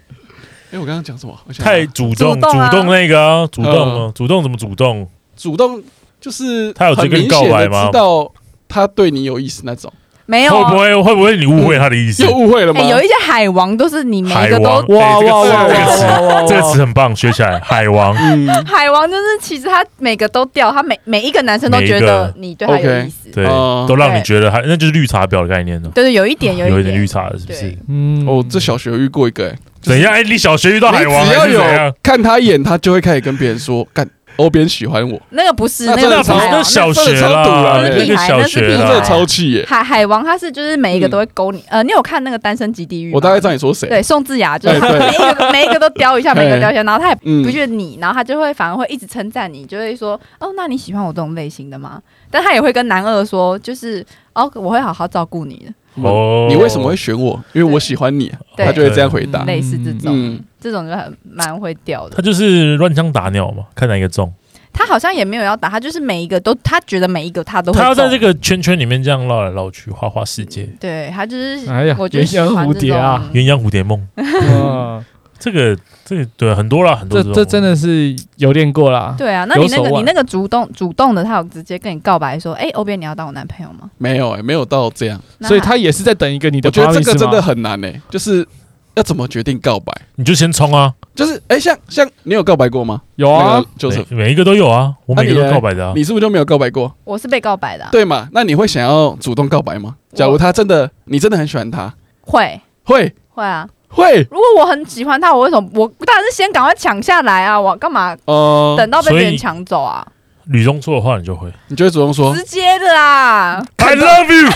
Speaker 4: 哎，我刚刚讲什么？我想
Speaker 2: 太
Speaker 4: 想
Speaker 2: 主动，
Speaker 3: 主
Speaker 2: 主
Speaker 3: 动啊
Speaker 2: 动那个啊，主动啊
Speaker 4: 嗯，
Speaker 2: 主动怎么主动？
Speaker 4: 主动就是
Speaker 2: 她有直
Speaker 4: 很
Speaker 2: 跟你
Speaker 4: 明
Speaker 2: 告
Speaker 4: 显
Speaker 2: 白
Speaker 4: 的
Speaker 2: 吗
Speaker 4: 知道她对你有意思那种，
Speaker 3: 没有
Speaker 2: 会不
Speaker 3: 啊。
Speaker 2: 会会不会你误会她的意思
Speaker 4: 又？误会了吗
Speaker 3: 哎，？有一些海王都是你每一
Speaker 2: 海
Speaker 3: 个
Speaker 2: 王
Speaker 3: 都，
Speaker 1: 哇
Speaker 2: 哎这个
Speaker 1: 哇
Speaker 2: 词
Speaker 1: 哇
Speaker 2: 这个
Speaker 1: 哇
Speaker 2: 词
Speaker 1: 哇哇哇
Speaker 2: 这个词很棒，学起来。海王，
Speaker 4: 嗯，
Speaker 3: 海王就是其实他每个都掉，他每每一个男生都觉得你对他有意思，
Speaker 2: 对，
Speaker 4: 哦
Speaker 2: 都让你觉得还那就是绿茶婊的概念呢，
Speaker 3: 对对，有一点
Speaker 2: 有
Speaker 3: 一
Speaker 2: 一点绿，茶了，是不是
Speaker 3: 对？
Speaker 1: 嗯
Speaker 4: 哦，这小学有遇过一个，哎，
Speaker 2: 怎样？哎，你小学遇到海王
Speaker 4: 你只要
Speaker 2: 还是怎样
Speaker 4: 有？看他演，他就会开始跟别人说，干，哦，别人喜欢我，
Speaker 3: 那个不是
Speaker 4: 那
Speaker 3: 那个不
Speaker 2: 那
Speaker 3: 是
Speaker 2: 不是
Speaker 3: 海
Speaker 2: 那
Speaker 3: 王，
Speaker 2: 小
Speaker 4: 真的
Speaker 2: 学
Speaker 4: 超毒
Speaker 2: 啦，
Speaker 4: 啊
Speaker 2: 那
Speaker 4: 那
Speaker 2: 个
Speaker 3: 是
Speaker 2: 小学
Speaker 3: 屁
Speaker 4: 真
Speaker 3: 孩
Speaker 2: 啦，
Speaker 3: 那
Speaker 4: 的
Speaker 3: 是屁
Speaker 4: 超气耶！
Speaker 3: 海海王他是就是每一个都会勾你，呃，你有看那个《单身即地狱》吗？
Speaker 4: 我大概知道你说谁，
Speaker 3: 嗯对，宋智雅就是
Speaker 4: 哎对哎
Speaker 3: 每一个每一个都雕一下，每一个雕一下，然后他也
Speaker 4: 嗯
Speaker 3: 不觉得你，然后他就会反而会一直称赞你，就会说哦，那你喜欢我这种类型的吗？但他也会跟男二说，就是哦，我会好好照顾你的，
Speaker 2: 哦
Speaker 4: 你为什么会选我？因为我喜欢你，
Speaker 3: 对
Speaker 4: 他就会这样回答
Speaker 1: 嗯。
Speaker 3: 类似这种，
Speaker 4: 嗯
Speaker 3: 这种就很蛮会掉的
Speaker 2: 他。就是乱枪打鸟嘛，看哪一个中。
Speaker 3: 他好像也没有要打，他就是每一个都，他觉得每一个他都会
Speaker 2: 他要在
Speaker 3: 中
Speaker 2: 这个圈圈里面这样绕来绕去，花花世界，
Speaker 3: 对他就是，
Speaker 1: 哎呀
Speaker 3: 我觉得喜欢
Speaker 1: 鸳鸯蝴蝶啊
Speaker 3: 这种，
Speaker 2: 鸳鸯蝴蝶梦，
Speaker 1: 嗯，
Speaker 2: 这个这个对很多啦，很多
Speaker 1: 这
Speaker 2: 种
Speaker 1: 这真的是有练过啦。
Speaker 3: 对啊，那你那
Speaker 1: 有手
Speaker 3: 个
Speaker 1: 腕
Speaker 3: 你那个主动主动的，他有直接跟你告白说，哎，欧边你要当我男朋友吗？
Speaker 4: 没有哎，没有到这样。
Speaker 3: 那
Speaker 1: 所以他也是在等一个你的
Speaker 4: 我觉
Speaker 1: promise 吗。
Speaker 4: 得这个真的很难哎，就是要怎么决定告白？
Speaker 2: 你就先冲啊，
Speaker 4: 就是哎，像像你有告白过吗？
Speaker 1: 有啊，
Speaker 4: 就
Speaker 2: 每
Speaker 4: 是
Speaker 2: 每一个都有啊，我每个
Speaker 4: 那
Speaker 2: 都
Speaker 4: 你呢
Speaker 2: 告白的啊，
Speaker 4: 你是不是就没有告白过？
Speaker 3: 我是被告白的啊，
Speaker 4: 对嘛？那你会想要主动告白吗？假如他真的，你真的很喜欢他，
Speaker 3: 会
Speaker 4: 会
Speaker 3: 会啊，
Speaker 4: 会
Speaker 3: 如果我很喜欢他，我为什么我当然是先赶快抢下来啊！我干嘛
Speaker 4: 哦，
Speaker 3: 等到被
Speaker 2: 所以
Speaker 3: 别人抢走啊？
Speaker 2: 吕中说的话你就会
Speaker 4: 你就会主动说
Speaker 3: 直接的啊啦，
Speaker 2: I love you，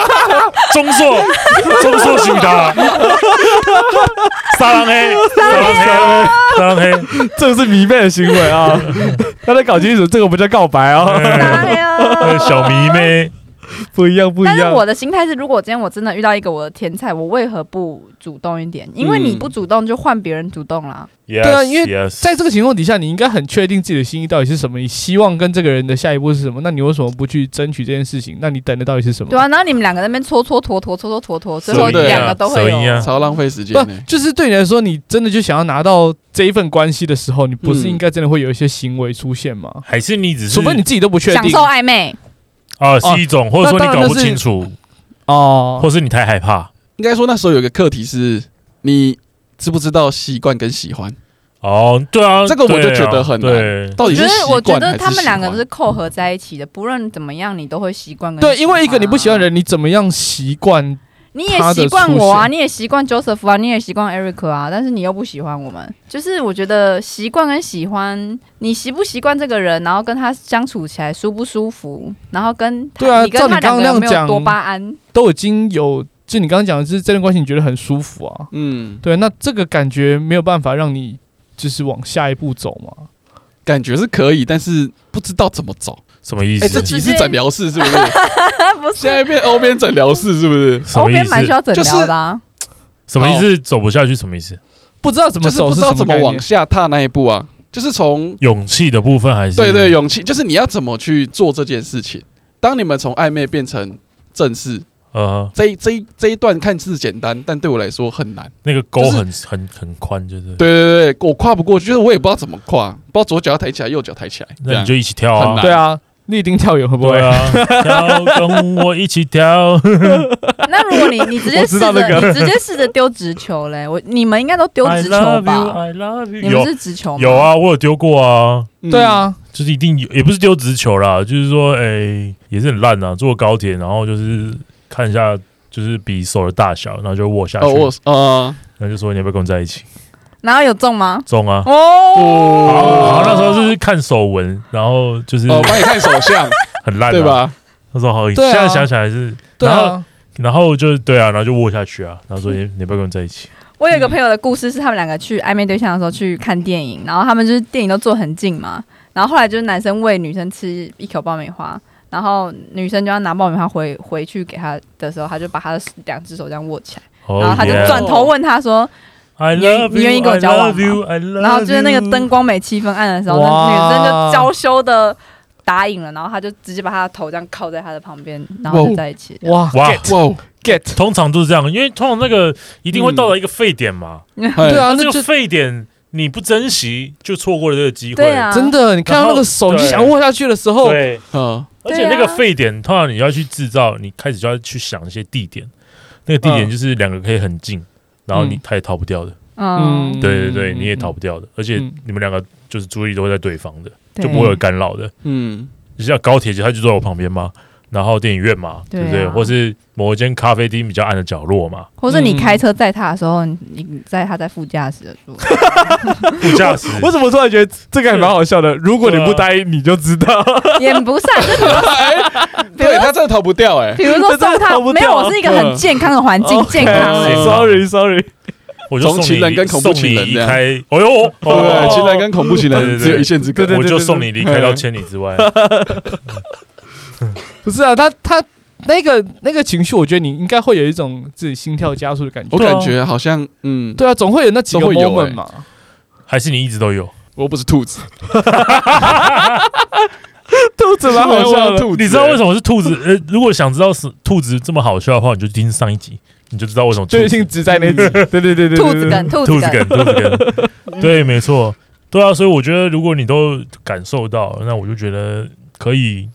Speaker 2: 中 硕中硕喜达，啊撒浪嘿，撒浪嘿，撒浪 嘿，
Speaker 1: 这个是迷妹的行为啊！ 大家搞清楚，这个不叫告白啊，
Speaker 3: 当然
Speaker 2: 那个
Speaker 3: 啊。
Speaker 2: 呃小迷妹，
Speaker 1: 不一哎样，不一
Speaker 3: 但是
Speaker 1: 样。
Speaker 3: 我的心态是，如果今天我真的遇到一个我的天菜，我为何不主动一点？因为
Speaker 1: 嗯
Speaker 3: 你不主动，就换别人主动啦。
Speaker 2: 对
Speaker 1: 啊因为
Speaker 2: yes,
Speaker 1: 在这个情况底下，你应该很确定自己的心意到底是什么，你希望跟这个人的下一步是什么？那你为什么不去争取这件事情？那你等的到底是什么？
Speaker 3: 对啊，然后你们两个在那边搓搓坨坨，搓搓坨坨，最后
Speaker 4: 手淫啊
Speaker 3: 两个都会
Speaker 2: 手淫啊
Speaker 3: 有。
Speaker 4: 超浪费时间欸
Speaker 1: 不
Speaker 4: 呢。
Speaker 1: 就是对你来说，你真的就想要拿到这一份关系的时候，你不是
Speaker 4: 嗯
Speaker 1: 应该真的会有一些行为出现吗？
Speaker 2: 还是你只是
Speaker 1: 除非你自己都不确
Speaker 3: 享
Speaker 1: 定
Speaker 3: 受暧昧，
Speaker 2: 啊
Speaker 4: 哦
Speaker 2: 是一种，或者说
Speaker 1: 那
Speaker 2: 你
Speaker 1: 当然
Speaker 2: 搞不
Speaker 1: 那是
Speaker 2: 清楚，
Speaker 1: 哦，
Speaker 2: 或是你太害怕
Speaker 4: 应该说那时候有一个课题是，你知不知道习惯跟喜欢
Speaker 2: 哦，对啊，
Speaker 4: 这个我就
Speaker 2: 对啊
Speaker 4: 觉得很难
Speaker 2: 对
Speaker 4: 到
Speaker 3: 我
Speaker 4: 底
Speaker 3: 觉
Speaker 4: 是
Speaker 3: 得
Speaker 4: 习
Speaker 3: 我觉
Speaker 4: 惯
Speaker 3: 得
Speaker 4: 还
Speaker 3: 他们
Speaker 4: 喜
Speaker 3: 两个
Speaker 4: 欢
Speaker 3: 是扣合在一起的，不论怎么样，你都会习惯跟
Speaker 1: 对，
Speaker 3: 喜
Speaker 1: 因为一个
Speaker 3: 欢
Speaker 1: 你不喜欢的
Speaker 3: 啊
Speaker 1: 人，你怎么样习惯？
Speaker 3: 你也
Speaker 1: 他的
Speaker 3: 习惯我
Speaker 1: 出
Speaker 3: 啊，
Speaker 1: 现
Speaker 3: 你也习惯 Joseph 啊，你也习惯 Eric 啊，但是你又不喜欢我们。就是我觉得习惯跟喜欢，你习不习惯这个人，然后跟他相处起来舒不舒服，然后跟他
Speaker 1: 对啊
Speaker 3: 你跟
Speaker 1: 照
Speaker 3: 他
Speaker 1: 你刚
Speaker 3: 两
Speaker 1: 刚
Speaker 3: 个有没
Speaker 1: 那样
Speaker 3: 有
Speaker 1: 讲
Speaker 3: 多巴胺？
Speaker 1: 都已经有，就你刚刚讲的是这段关系，你觉得很舒服啊？
Speaker 4: 嗯，
Speaker 1: 对，那这个感觉没有办法让你就是往下一步走嘛？
Speaker 4: 感觉是可以，但是不知道怎么走。
Speaker 2: 什么意
Speaker 4: 哎、这
Speaker 2: 思？
Speaker 4: 集
Speaker 3: 直接
Speaker 4: 是诊疗室是不是？
Speaker 3: 啊， 不
Speaker 4: 现
Speaker 3: 是，
Speaker 4: 在变欧边诊疗室是不是？
Speaker 2: 什
Speaker 3: 后
Speaker 2: 么意
Speaker 3: 边哦蛮需
Speaker 2: 思？
Speaker 3: 要诊疗的、啊
Speaker 2: 什么意思？
Speaker 4: 哦
Speaker 2: 走不下去什么意思？
Speaker 1: 不知道怎
Speaker 4: 就
Speaker 1: 么
Speaker 4: 是
Speaker 1: 走
Speaker 4: 不知道
Speaker 1: 什
Speaker 4: 怎么
Speaker 1: 么概
Speaker 4: 往
Speaker 1: 念
Speaker 4: 下踏那一步啊，就是从
Speaker 2: 勇气的部分还是
Speaker 4: 对对勇气，就是你要怎么去做这件事情。当你们从暧昧变成正式，
Speaker 2: 呃，
Speaker 4: 这一这一这一段看似简单，但对我来说很难。
Speaker 2: 那个沟
Speaker 4: 就是
Speaker 2: 很很很宽，就是。
Speaker 4: 对对对，我跨不过去，就是我也不知道怎么跨，不知道左脚要抬起来，右脚抬起来，这
Speaker 2: 那
Speaker 4: 样
Speaker 2: 你就一起跳
Speaker 4: 很
Speaker 2: 啊
Speaker 4: 难！
Speaker 1: 对啊，立定跳远会不会？
Speaker 2: 对啊，跳跟我一 起跳，
Speaker 3: 那如果你你直接
Speaker 1: 我
Speaker 3: 试
Speaker 1: 知
Speaker 3: 着、
Speaker 1: 道那个
Speaker 3: 你直接试着丢直球嘞，我你们应该都丢
Speaker 2: I
Speaker 3: 直球
Speaker 2: love
Speaker 3: 吧？
Speaker 2: you，I love
Speaker 3: 你
Speaker 2: you。
Speaker 3: 们
Speaker 2: 有
Speaker 3: 是直球吗？
Speaker 2: 有，啊，我有丢过啊，
Speaker 4: 嗯
Speaker 1: 对，啊，
Speaker 2: 就是一定有，也不是丢直球啦，就是说，哎，也是很烂啊，坐高铁，然后就是看一下就是比手的大小，然后就握下去，嗯
Speaker 4: 哦，我呃，
Speaker 2: 然后就说你要不要跟我在一起？
Speaker 3: 然后有中吗？
Speaker 2: 中啊！
Speaker 3: 哦，
Speaker 2: 然后那时候是看手纹，然后就是
Speaker 4: 哦，帮你看手相，
Speaker 2: 很烂、啊，
Speaker 4: 对？吧？
Speaker 2: 那时候好，
Speaker 1: 对啊
Speaker 2: 现在想起来是，
Speaker 1: 对
Speaker 2: 然后
Speaker 1: 啊，
Speaker 2: 然后就对啊，然后就握下去啊，然后说你你要不要跟我在一起？
Speaker 3: 我有一个朋友的故事是，他们两个去暧昧对象的时候去看电影，然后他们就是电影都坐很近嘛，然后后来就是男生喂女生吃一口爆米花，然后女生就要拿爆米花回回去给他的时候，他就把他的两只手这样握起来，
Speaker 2: 哦
Speaker 3: 然后他就
Speaker 2: yeah
Speaker 3: 转头问他说，
Speaker 2: I
Speaker 3: 你愿
Speaker 2: love
Speaker 3: 你愿意跟我交往吗
Speaker 2: I love you, I love
Speaker 3: 然后就是那个灯光美气氛暗的时候，
Speaker 1: 哇
Speaker 3: 那女生就娇羞的答应了，然后他就直接把他的头这样靠在他的旁边，然后就在一起。
Speaker 1: 哇
Speaker 2: 哇
Speaker 1: get
Speaker 4: 哇，
Speaker 1: get，
Speaker 2: 通常都是这样，因为通常那个一定会到达一个沸点嘛。
Speaker 3: 嗯
Speaker 1: 对
Speaker 4: 嘿，
Speaker 1: 啊，
Speaker 2: 那
Speaker 1: 那
Speaker 2: 这
Speaker 1: 就
Speaker 2: 个沸点你不珍惜，就错过了这个机会。
Speaker 3: 对啊，
Speaker 1: 真的，你看到那个手，
Speaker 2: 然
Speaker 1: 你
Speaker 2: 后
Speaker 1: 想握下去的时候，
Speaker 2: 对，
Speaker 4: 嗯，
Speaker 2: 而
Speaker 3: 对啊
Speaker 2: 且那个沸点，通常你要去制造，你开始就要去想一些地点，那个地点就是两个可以很近，然后你
Speaker 1: 嗯
Speaker 2: 他也逃不掉的。
Speaker 3: 嗯，
Speaker 2: 对对对，你也逃不掉的，而且
Speaker 1: 嗯
Speaker 2: 你们两个就是注意都会在对方的，
Speaker 3: 对
Speaker 2: 就不会有干扰的。
Speaker 4: 嗯，
Speaker 2: 就像高铁，其实它就在我旁边嘛，然后电影院嘛，
Speaker 3: 对
Speaker 2: 对
Speaker 3: 啊
Speaker 2: 不对？或是某一间咖啡厅比较暗的角落嘛，
Speaker 3: 或是你开车载他的时候，你你载他在副驾驶的时候，
Speaker 2: 副驾驶。
Speaker 1: 我怎么突然觉得这个还蛮好笑
Speaker 2: 啊
Speaker 1: 的？如果你不答应，你就知道。
Speaker 3: 也不是啊，就是
Speaker 4: 对他真的逃不掉哎，
Speaker 3: 比如说送
Speaker 1: 这真的
Speaker 3: 他
Speaker 1: 逃不，
Speaker 3: 没
Speaker 1: 掉
Speaker 3: 有，我是一个很健康的环境，健 康啊
Speaker 1: 哎
Speaker 2: 啊
Speaker 3: 的。
Speaker 1: Sorry Sorry，
Speaker 2: 我就送
Speaker 4: 从
Speaker 2: 你
Speaker 4: 情人跟恐怖情人
Speaker 2: 送你离
Speaker 4: 这样
Speaker 2: 开，哎呦，哦
Speaker 4: 对不对？情人跟恐怖情
Speaker 2: 对对对
Speaker 4: 人
Speaker 2: 啊
Speaker 4: 只有一线之隔，
Speaker 2: 我就送你离开到千里之外。
Speaker 1: 不是啊，他他那个那个情绪，我觉得你应该会有一种自己心跳加速的感觉啊
Speaker 4: 我。感觉好像，嗯，
Speaker 1: 对啊，总会有那几个
Speaker 4: 都会有
Speaker 2: 哎
Speaker 1: moment
Speaker 4: 欸
Speaker 1: 嘛。
Speaker 2: 还是你一直都有？
Speaker 4: 我不是兔子，
Speaker 1: 兔 子蛮好笑的，
Speaker 4: 兔子，
Speaker 2: 你知道为什么是兔子？呃，如果想知道是兔子这么好笑的话，你就听上一集，你就知道为什么兔
Speaker 1: 就
Speaker 2: 子
Speaker 1: 已经只在 那集。对对对对，
Speaker 3: 兔子梗，兔
Speaker 2: 兔
Speaker 3: 子
Speaker 2: 子
Speaker 3: 梗，
Speaker 2: 梗，兔子梗，对，没错，对啊，所以我觉得如果你都感受到，那我就觉得可以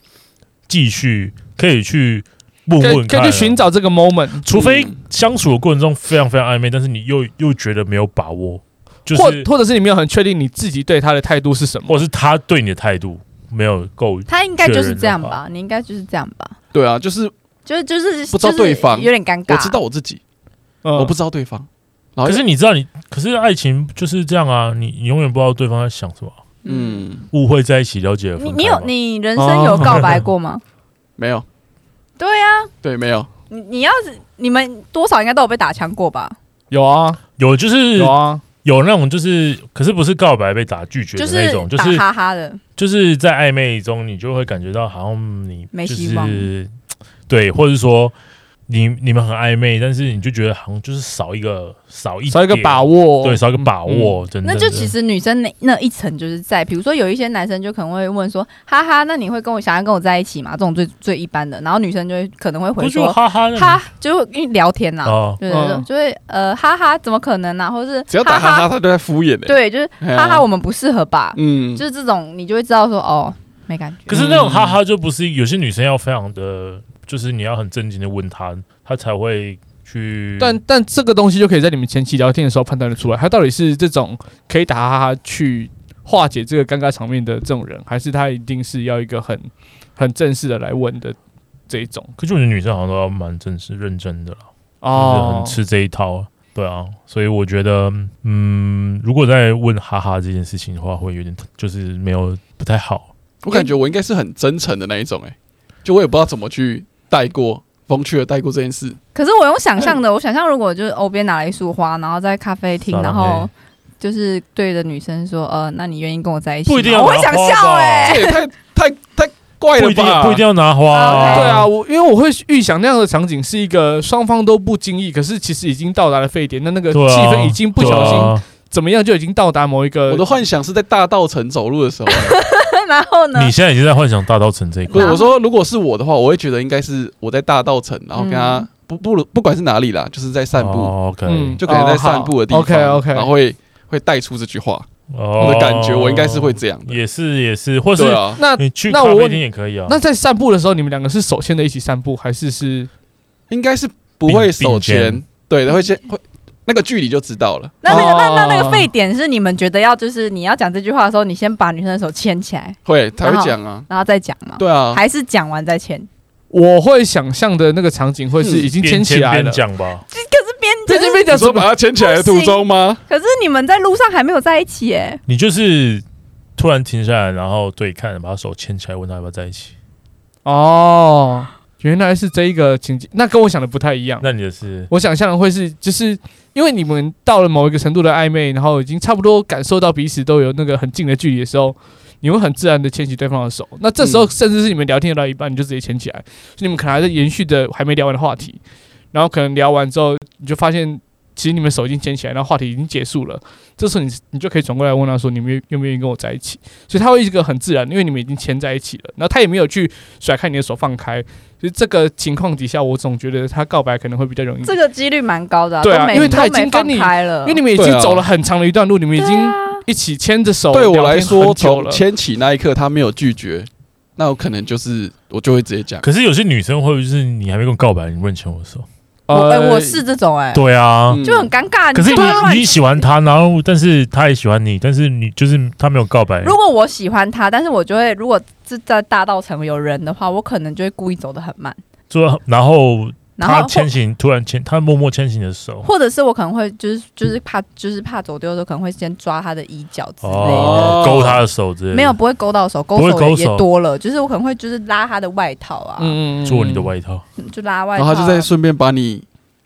Speaker 2: 继续，可以去问问
Speaker 1: 跟跟
Speaker 2: 看啊，
Speaker 1: 去寻找这个 moment，
Speaker 2: 除非
Speaker 4: 嗯
Speaker 2: 相处的过程中非常非常暧昧，但是你又又觉得没有把握，就
Speaker 1: 或
Speaker 2: 是
Speaker 1: 或者是你没有很确定你自己对他的态度是什么。
Speaker 2: 或者是他对你的态度没有够，
Speaker 3: 他应该就是这样吧？你应该就是这样吧？
Speaker 4: 对啊，就是
Speaker 3: 就是就是
Speaker 4: 不知道
Speaker 3: 就是
Speaker 4: 对方
Speaker 3: 有点尴尬。
Speaker 4: 我知道我自己，
Speaker 1: 嗯
Speaker 4: 我不知道对方，然
Speaker 2: 可
Speaker 4: 后
Speaker 2: 是你知道你，可是爱情就是这样啊，你你永远不知道对方在想什么，
Speaker 3: 嗯，
Speaker 4: 嗯，
Speaker 2: 误会在一起，了解了分
Speaker 3: 你
Speaker 2: 开嘛
Speaker 3: 你有你人生有告白过吗？
Speaker 4: 没有，
Speaker 3: 对啊，
Speaker 4: 对，没有，
Speaker 3: 你你要是你们多少应该都有被打枪过吧？
Speaker 1: 有啊
Speaker 2: 有就是
Speaker 1: 有啊，
Speaker 2: 有那种就是，可是不是告白被打拒绝的
Speaker 3: 是
Speaker 2: 那种，就
Speaker 3: 打
Speaker 2: 是
Speaker 3: 哈哈的，
Speaker 2: 就是在暧昧中，你就会感觉到好像你
Speaker 3: 没
Speaker 2: 就
Speaker 3: 希望
Speaker 2: 是对，或者说你你们很暧昧，但是你就觉得好像就是少一个少一
Speaker 1: 少一个
Speaker 2: 点
Speaker 1: 把，握，
Speaker 2: 对，少一个把握，真
Speaker 3: 嗯
Speaker 2: 的。
Speaker 3: 那就
Speaker 2: 真的
Speaker 3: 其实女生那那一层就是在，比如说有一些男生就可能会问说，哈哈，那你会跟我想要跟我在一起吗？这种最最一般的，然后女生就会可能会
Speaker 2: 不
Speaker 3: 回
Speaker 2: 是就
Speaker 3: 说，
Speaker 2: 哈哈那
Speaker 3: 哈，就会因为聊天呐、
Speaker 2: 哦，
Speaker 3: 对对对，
Speaker 1: 嗯
Speaker 3: 就会呃哈哈，怎么可能呢、啊？或者是
Speaker 4: 只要打哈哈，
Speaker 3: 哈，
Speaker 4: 他都在敷衍的，
Speaker 3: 对，就是
Speaker 4: 哎呀
Speaker 3: 哈哈，我们不适合吧？
Speaker 4: 嗯，
Speaker 3: 就是这种你就会知道说哦，没感觉。
Speaker 2: 可是那种哈哈就不是有些女生要非常的，就是你要很正经的问她，她才会去。
Speaker 1: 但嗯但这个东西就可以在你们前期聊天的时候判断得出来，他到底是这种可以打哈哈去化解这个尴尬场面的这种人，还是他一定是要一个很很正式的来问的这一种
Speaker 2: 可是我觉得女生好像都要蛮正式认真的啦。就是
Speaker 1: 哦
Speaker 2: 很。吃这一套。对啊，所以我觉得，嗯，如果在问哈哈这件事情的话，会有点就是没有不太好。
Speaker 4: 我感觉我应该是很真诚的那一种，哎，就我也不知道怎么去带过，风趣的带过这件事，
Speaker 3: 可是我用想象的，我想象如果就是欧边拿了一束花，然后在咖啡厅，
Speaker 2: 撒
Speaker 3: 然
Speaker 2: 浪嘿
Speaker 3: 后就是对着女生说，呃，那你愿意跟我在一起吗？
Speaker 2: 不一定要拿
Speaker 3: 哦我会想
Speaker 2: 花
Speaker 3: 笑
Speaker 2: 吧
Speaker 3: 哎、
Speaker 4: 这也太太太怪
Speaker 2: 不
Speaker 4: 了
Speaker 2: 一定
Speaker 4: 吧？
Speaker 2: 不一定要拿花、
Speaker 3: 啊
Speaker 1: 对啊，，我因为我会预想那样的场景是一个双方都不经意，可是其实已经到达了沸点，那那个气
Speaker 2: 对啊
Speaker 1: 氛已经不小
Speaker 2: 对
Speaker 1: 心
Speaker 2: 啊
Speaker 1: 怎么样就已经到达某一个
Speaker 4: 我的幻想是在大道城走路的时候、 欸
Speaker 3: 然后呢？
Speaker 2: 你现在已经在幻想大道城这一
Speaker 4: 不
Speaker 2: 块
Speaker 4: 是，我说如果是我的话，我会觉得应该是我在大道城，然后跟他、
Speaker 3: 嗯
Speaker 4: 不不不管是哪里啦，就是在散步，
Speaker 2: 哦、，OK，、
Speaker 1: 嗯
Speaker 4: 就可能在散步的地方、
Speaker 1: 哦好 OK，OK
Speaker 4: 然后会会带出这句话，
Speaker 2: 哦
Speaker 4: 我的感觉我应该是会这样的，
Speaker 2: 也是哦也是，或是
Speaker 4: 对啊，
Speaker 1: 那
Speaker 2: 你去
Speaker 1: 那
Speaker 2: 咖
Speaker 1: 我
Speaker 2: 啡
Speaker 1: 问
Speaker 2: 厅
Speaker 1: 你
Speaker 2: 也可以啊。
Speaker 1: 那在散步的时候，你们两个是手牵着一起散步，还是是
Speaker 4: 应该是不会手
Speaker 2: 并
Speaker 4: 牵
Speaker 2: 肩，
Speaker 4: 对，会先会那个距离就知道了，
Speaker 3: 那那个那
Speaker 1: 哦
Speaker 3: 那那个沸点是你们觉得要就是你要讲这句话的时候，你先把女生的手牵起来，
Speaker 4: 会才会讲啊，
Speaker 3: 然后再讲吗？、
Speaker 4: 对啊，
Speaker 3: 还是讲完再牵？
Speaker 1: 我会想象的那个场景会是已经牵
Speaker 2: 边
Speaker 1: 起来了
Speaker 2: 边，讲吧，
Speaker 3: 可
Speaker 1: 边
Speaker 3: 是边就是
Speaker 1: 牵边
Speaker 4: 你
Speaker 1: 讲什
Speaker 4: 说把
Speaker 1: 么？
Speaker 4: 它牵起来的途中吗？
Speaker 3: 可是你们在路上还没有在一起耶，
Speaker 2: 你就是突然停下来，然后对看，把手牵起来，问他要不要在一起。
Speaker 1: 哦，原来是这一个情景，那跟我想的不太一样。
Speaker 2: 那你的是
Speaker 1: 我想象的会是，就是因为你们到了某一个程度的暧昧，然后已经差不多感受到彼此都有那个很近的距离的时候，你会很自然的牵起对方的手。那这时候，
Speaker 4: 嗯
Speaker 1: 甚至是你们聊天聊到一半，你就直接牵起来，所以你们可能还在延续着还没聊完的话题，然后可能聊完之后，你就发现其实你们手已经牵起来，然后话题已经结束了。这时候你你就可以转过来问他说：“你们愿愿不愿意跟我在一起？”所以他会一个很自然，因为你们已经牵在一起了，然后他也没有去甩开你的手放开。就是这个情况底下，我总觉得他告白可能会比较容易。
Speaker 3: 这个几率蛮高的、
Speaker 1: 嗯对啊
Speaker 3: 都没
Speaker 1: 因为他已经
Speaker 3: 都没
Speaker 1: 跟你
Speaker 3: 放开了，
Speaker 1: 因为你们已经
Speaker 4: 对啊
Speaker 1: 走了很长的一段路，你们已
Speaker 3: 对
Speaker 1: 经
Speaker 3: 啊
Speaker 1: 一起牵着手，
Speaker 4: 哦对我
Speaker 1: 聊
Speaker 4: 来
Speaker 1: 天
Speaker 4: 说，
Speaker 1: 很久
Speaker 4: 从
Speaker 1: 了。
Speaker 4: 牵起那一刻他没有拒绝，那我可能就是我就会直接讲。
Speaker 2: 可是有些女生会不会是你还没跟我告白，你问牵我手？
Speaker 1: 呃
Speaker 3: 我哎、我是这种哎、
Speaker 2: 对啊，
Speaker 4: 嗯
Speaker 3: 就很尴尬。
Speaker 2: 可是
Speaker 3: 你干嘛乱
Speaker 2: 你你喜欢他，然后但是他也喜欢你，但是你就是他没有告白。
Speaker 3: 如果我喜欢他，但是我就会，如果是在大道城有人的话，我可能就会故意走得很慢，
Speaker 2: 就然后
Speaker 3: 然
Speaker 2: 他
Speaker 3: 后或
Speaker 2: 牵起，突然牵，他默默牵起你的手。
Speaker 3: 或者是我可能会就是就是怕就是怕走丢的时候，可能会先抓他的衣角之类的。
Speaker 2: 哦，勾他的手之类的，
Speaker 3: 没有，不会勾到手，勾
Speaker 2: 不会
Speaker 3: 手
Speaker 2: 勾
Speaker 3: 也也
Speaker 2: 手
Speaker 3: 多了，就是我可能会就是拉他的外套啊，
Speaker 1: 嗯
Speaker 2: 做你的外套。
Speaker 3: 就拉外
Speaker 4: 然
Speaker 3: 套啊。
Speaker 4: 后他就再顺便把你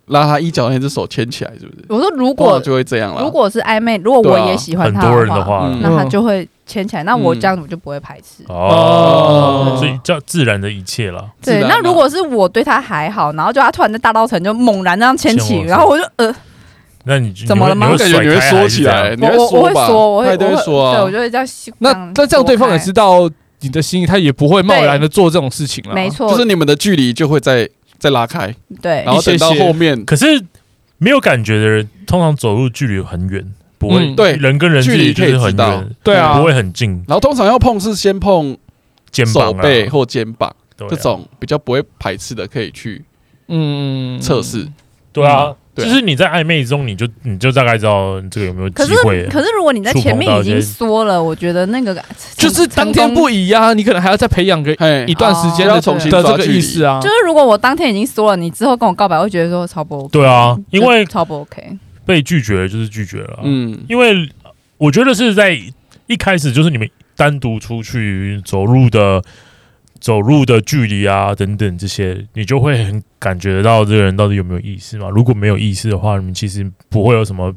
Speaker 4: 拉他衣角的那只手牵起来，是不是？
Speaker 3: 我说如
Speaker 4: 通常
Speaker 3: 果
Speaker 4: 就会这样啦。
Speaker 3: 如果是暧昧，如果
Speaker 4: 对
Speaker 3: 我
Speaker 4: 啊
Speaker 3: 也喜欢
Speaker 2: 很
Speaker 3: 他
Speaker 2: 多人的
Speaker 3: 话，
Speaker 2: 话，
Speaker 4: 嗯
Speaker 3: 那他就会牵起来，那我这样我就不会排斥。
Speaker 2: 哦
Speaker 1: 哦，
Speaker 2: 所以叫自然的一切了。
Speaker 4: 自
Speaker 3: 对，
Speaker 4: 然
Speaker 3: 那
Speaker 4: 嘛
Speaker 3: 如果是我对他还好，然后就他突然在大道城就猛然这样牵
Speaker 2: 牵
Speaker 3: 起，
Speaker 2: 我
Speaker 3: 然后我就呃，
Speaker 2: 那你就
Speaker 3: 怎么了吗
Speaker 2: 你
Speaker 4: 我
Speaker 2: 会
Speaker 4: 感
Speaker 2: 甩
Speaker 4: 觉
Speaker 2: 开
Speaker 4: 你会缩
Speaker 2: 还是
Speaker 4: 起
Speaker 2: 这样
Speaker 4: 来，你
Speaker 3: 我我我会
Speaker 4: 吧
Speaker 3: 说，我
Speaker 4: 他
Speaker 3: 会
Speaker 4: 一定
Speaker 3: 我
Speaker 4: 会
Speaker 3: 会
Speaker 4: 说
Speaker 3: 对
Speaker 4: 啊
Speaker 3: 我。就会这样。
Speaker 1: 那那这样对方也
Speaker 3: 躲开
Speaker 1: 知道你的心意，他也不会贸然的做这啊种事情了。
Speaker 3: 没，错，
Speaker 4: 就是你们的距离就会再再拉开，
Speaker 3: 对
Speaker 4: 然后等到
Speaker 1: 一些些
Speaker 4: 后面
Speaker 2: 可是没有感觉的人，通常走路距离很远，不会
Speaker 1: 嗯
Speaker 4: 对
Speaker 2: 人跟人
Speaker 4: 距离
Speaker 2: 就
Speaker 4: 可以
Speaker 2: 是
Speaker 4: 知
Speaker 2: 很
Speaker 4: 道
Speaker 2: 远，，
Speaker 1: 对啊
Speaker 2: 不会很近，
Speaker 4: 然后通常要碰是先碰
Speaker 2: 肩
Speaker 4: 手
Speaker 2: 膀啊
Speaker 4: 背或肩膀，
Speaker 2: 对啊
Speaker 4: 这种比较不会排斥的，可以去
Speaker 1: 嗯
Speaker 4: 测试。
Speaker 2: 对啊，
Speaker 4: 对
Speaker 2: 就
Speaker 4: 啊
Speaker 2: 是你在暧昧中，你就你就大概知道这个有没有
Speaker 3: 可
Speaker 2: 机
Speaker 3: 是
Speaker 2: 会。
Speaker 3: 可是如果你在
Speaker 2: 触碰
Speaker 3: 前面
Speaker 2: 到
Speaker 3: 已
Speaker 2: 一
Speaker 3: 经
Speaker 2: 些
Speaker 3: 缩了，我觉得那个
Speaker 1: 就是当天。
Speaker 3: 成成功
Speaker 1: 不宜啊，你可能还要再培养个
Speaker 2: 哎
Speaker 4: 嘿
Speaker 1: 一，段时间
Speaker 2: 哦
Speaker 4: 要
Speaker 1: 的
Speaker 4: 重新
Speaker 1: 的
Speaker 4: 抓
Speaker 1: 这个
Speaker 4: 距离
Speaker 1: 意思啊
Speaker 3: 就。是如果我当天已经缩了，你之后跟我告白，我会觉得说超不 OK。
Speaker 2: 对啊因为
Speaker 3: 就超不 OK。
Speaker 2: 被拒绝就是拒绝了啊，
Speaker 4: 嗯，
Speaker 2: 因为我觉得是在一开始就是你们单独出去走路的走路的距离啊等等这些，你就会很感觉得到这个人到底有没有意思嘛。如果没有意思的话，你们其实不会有什么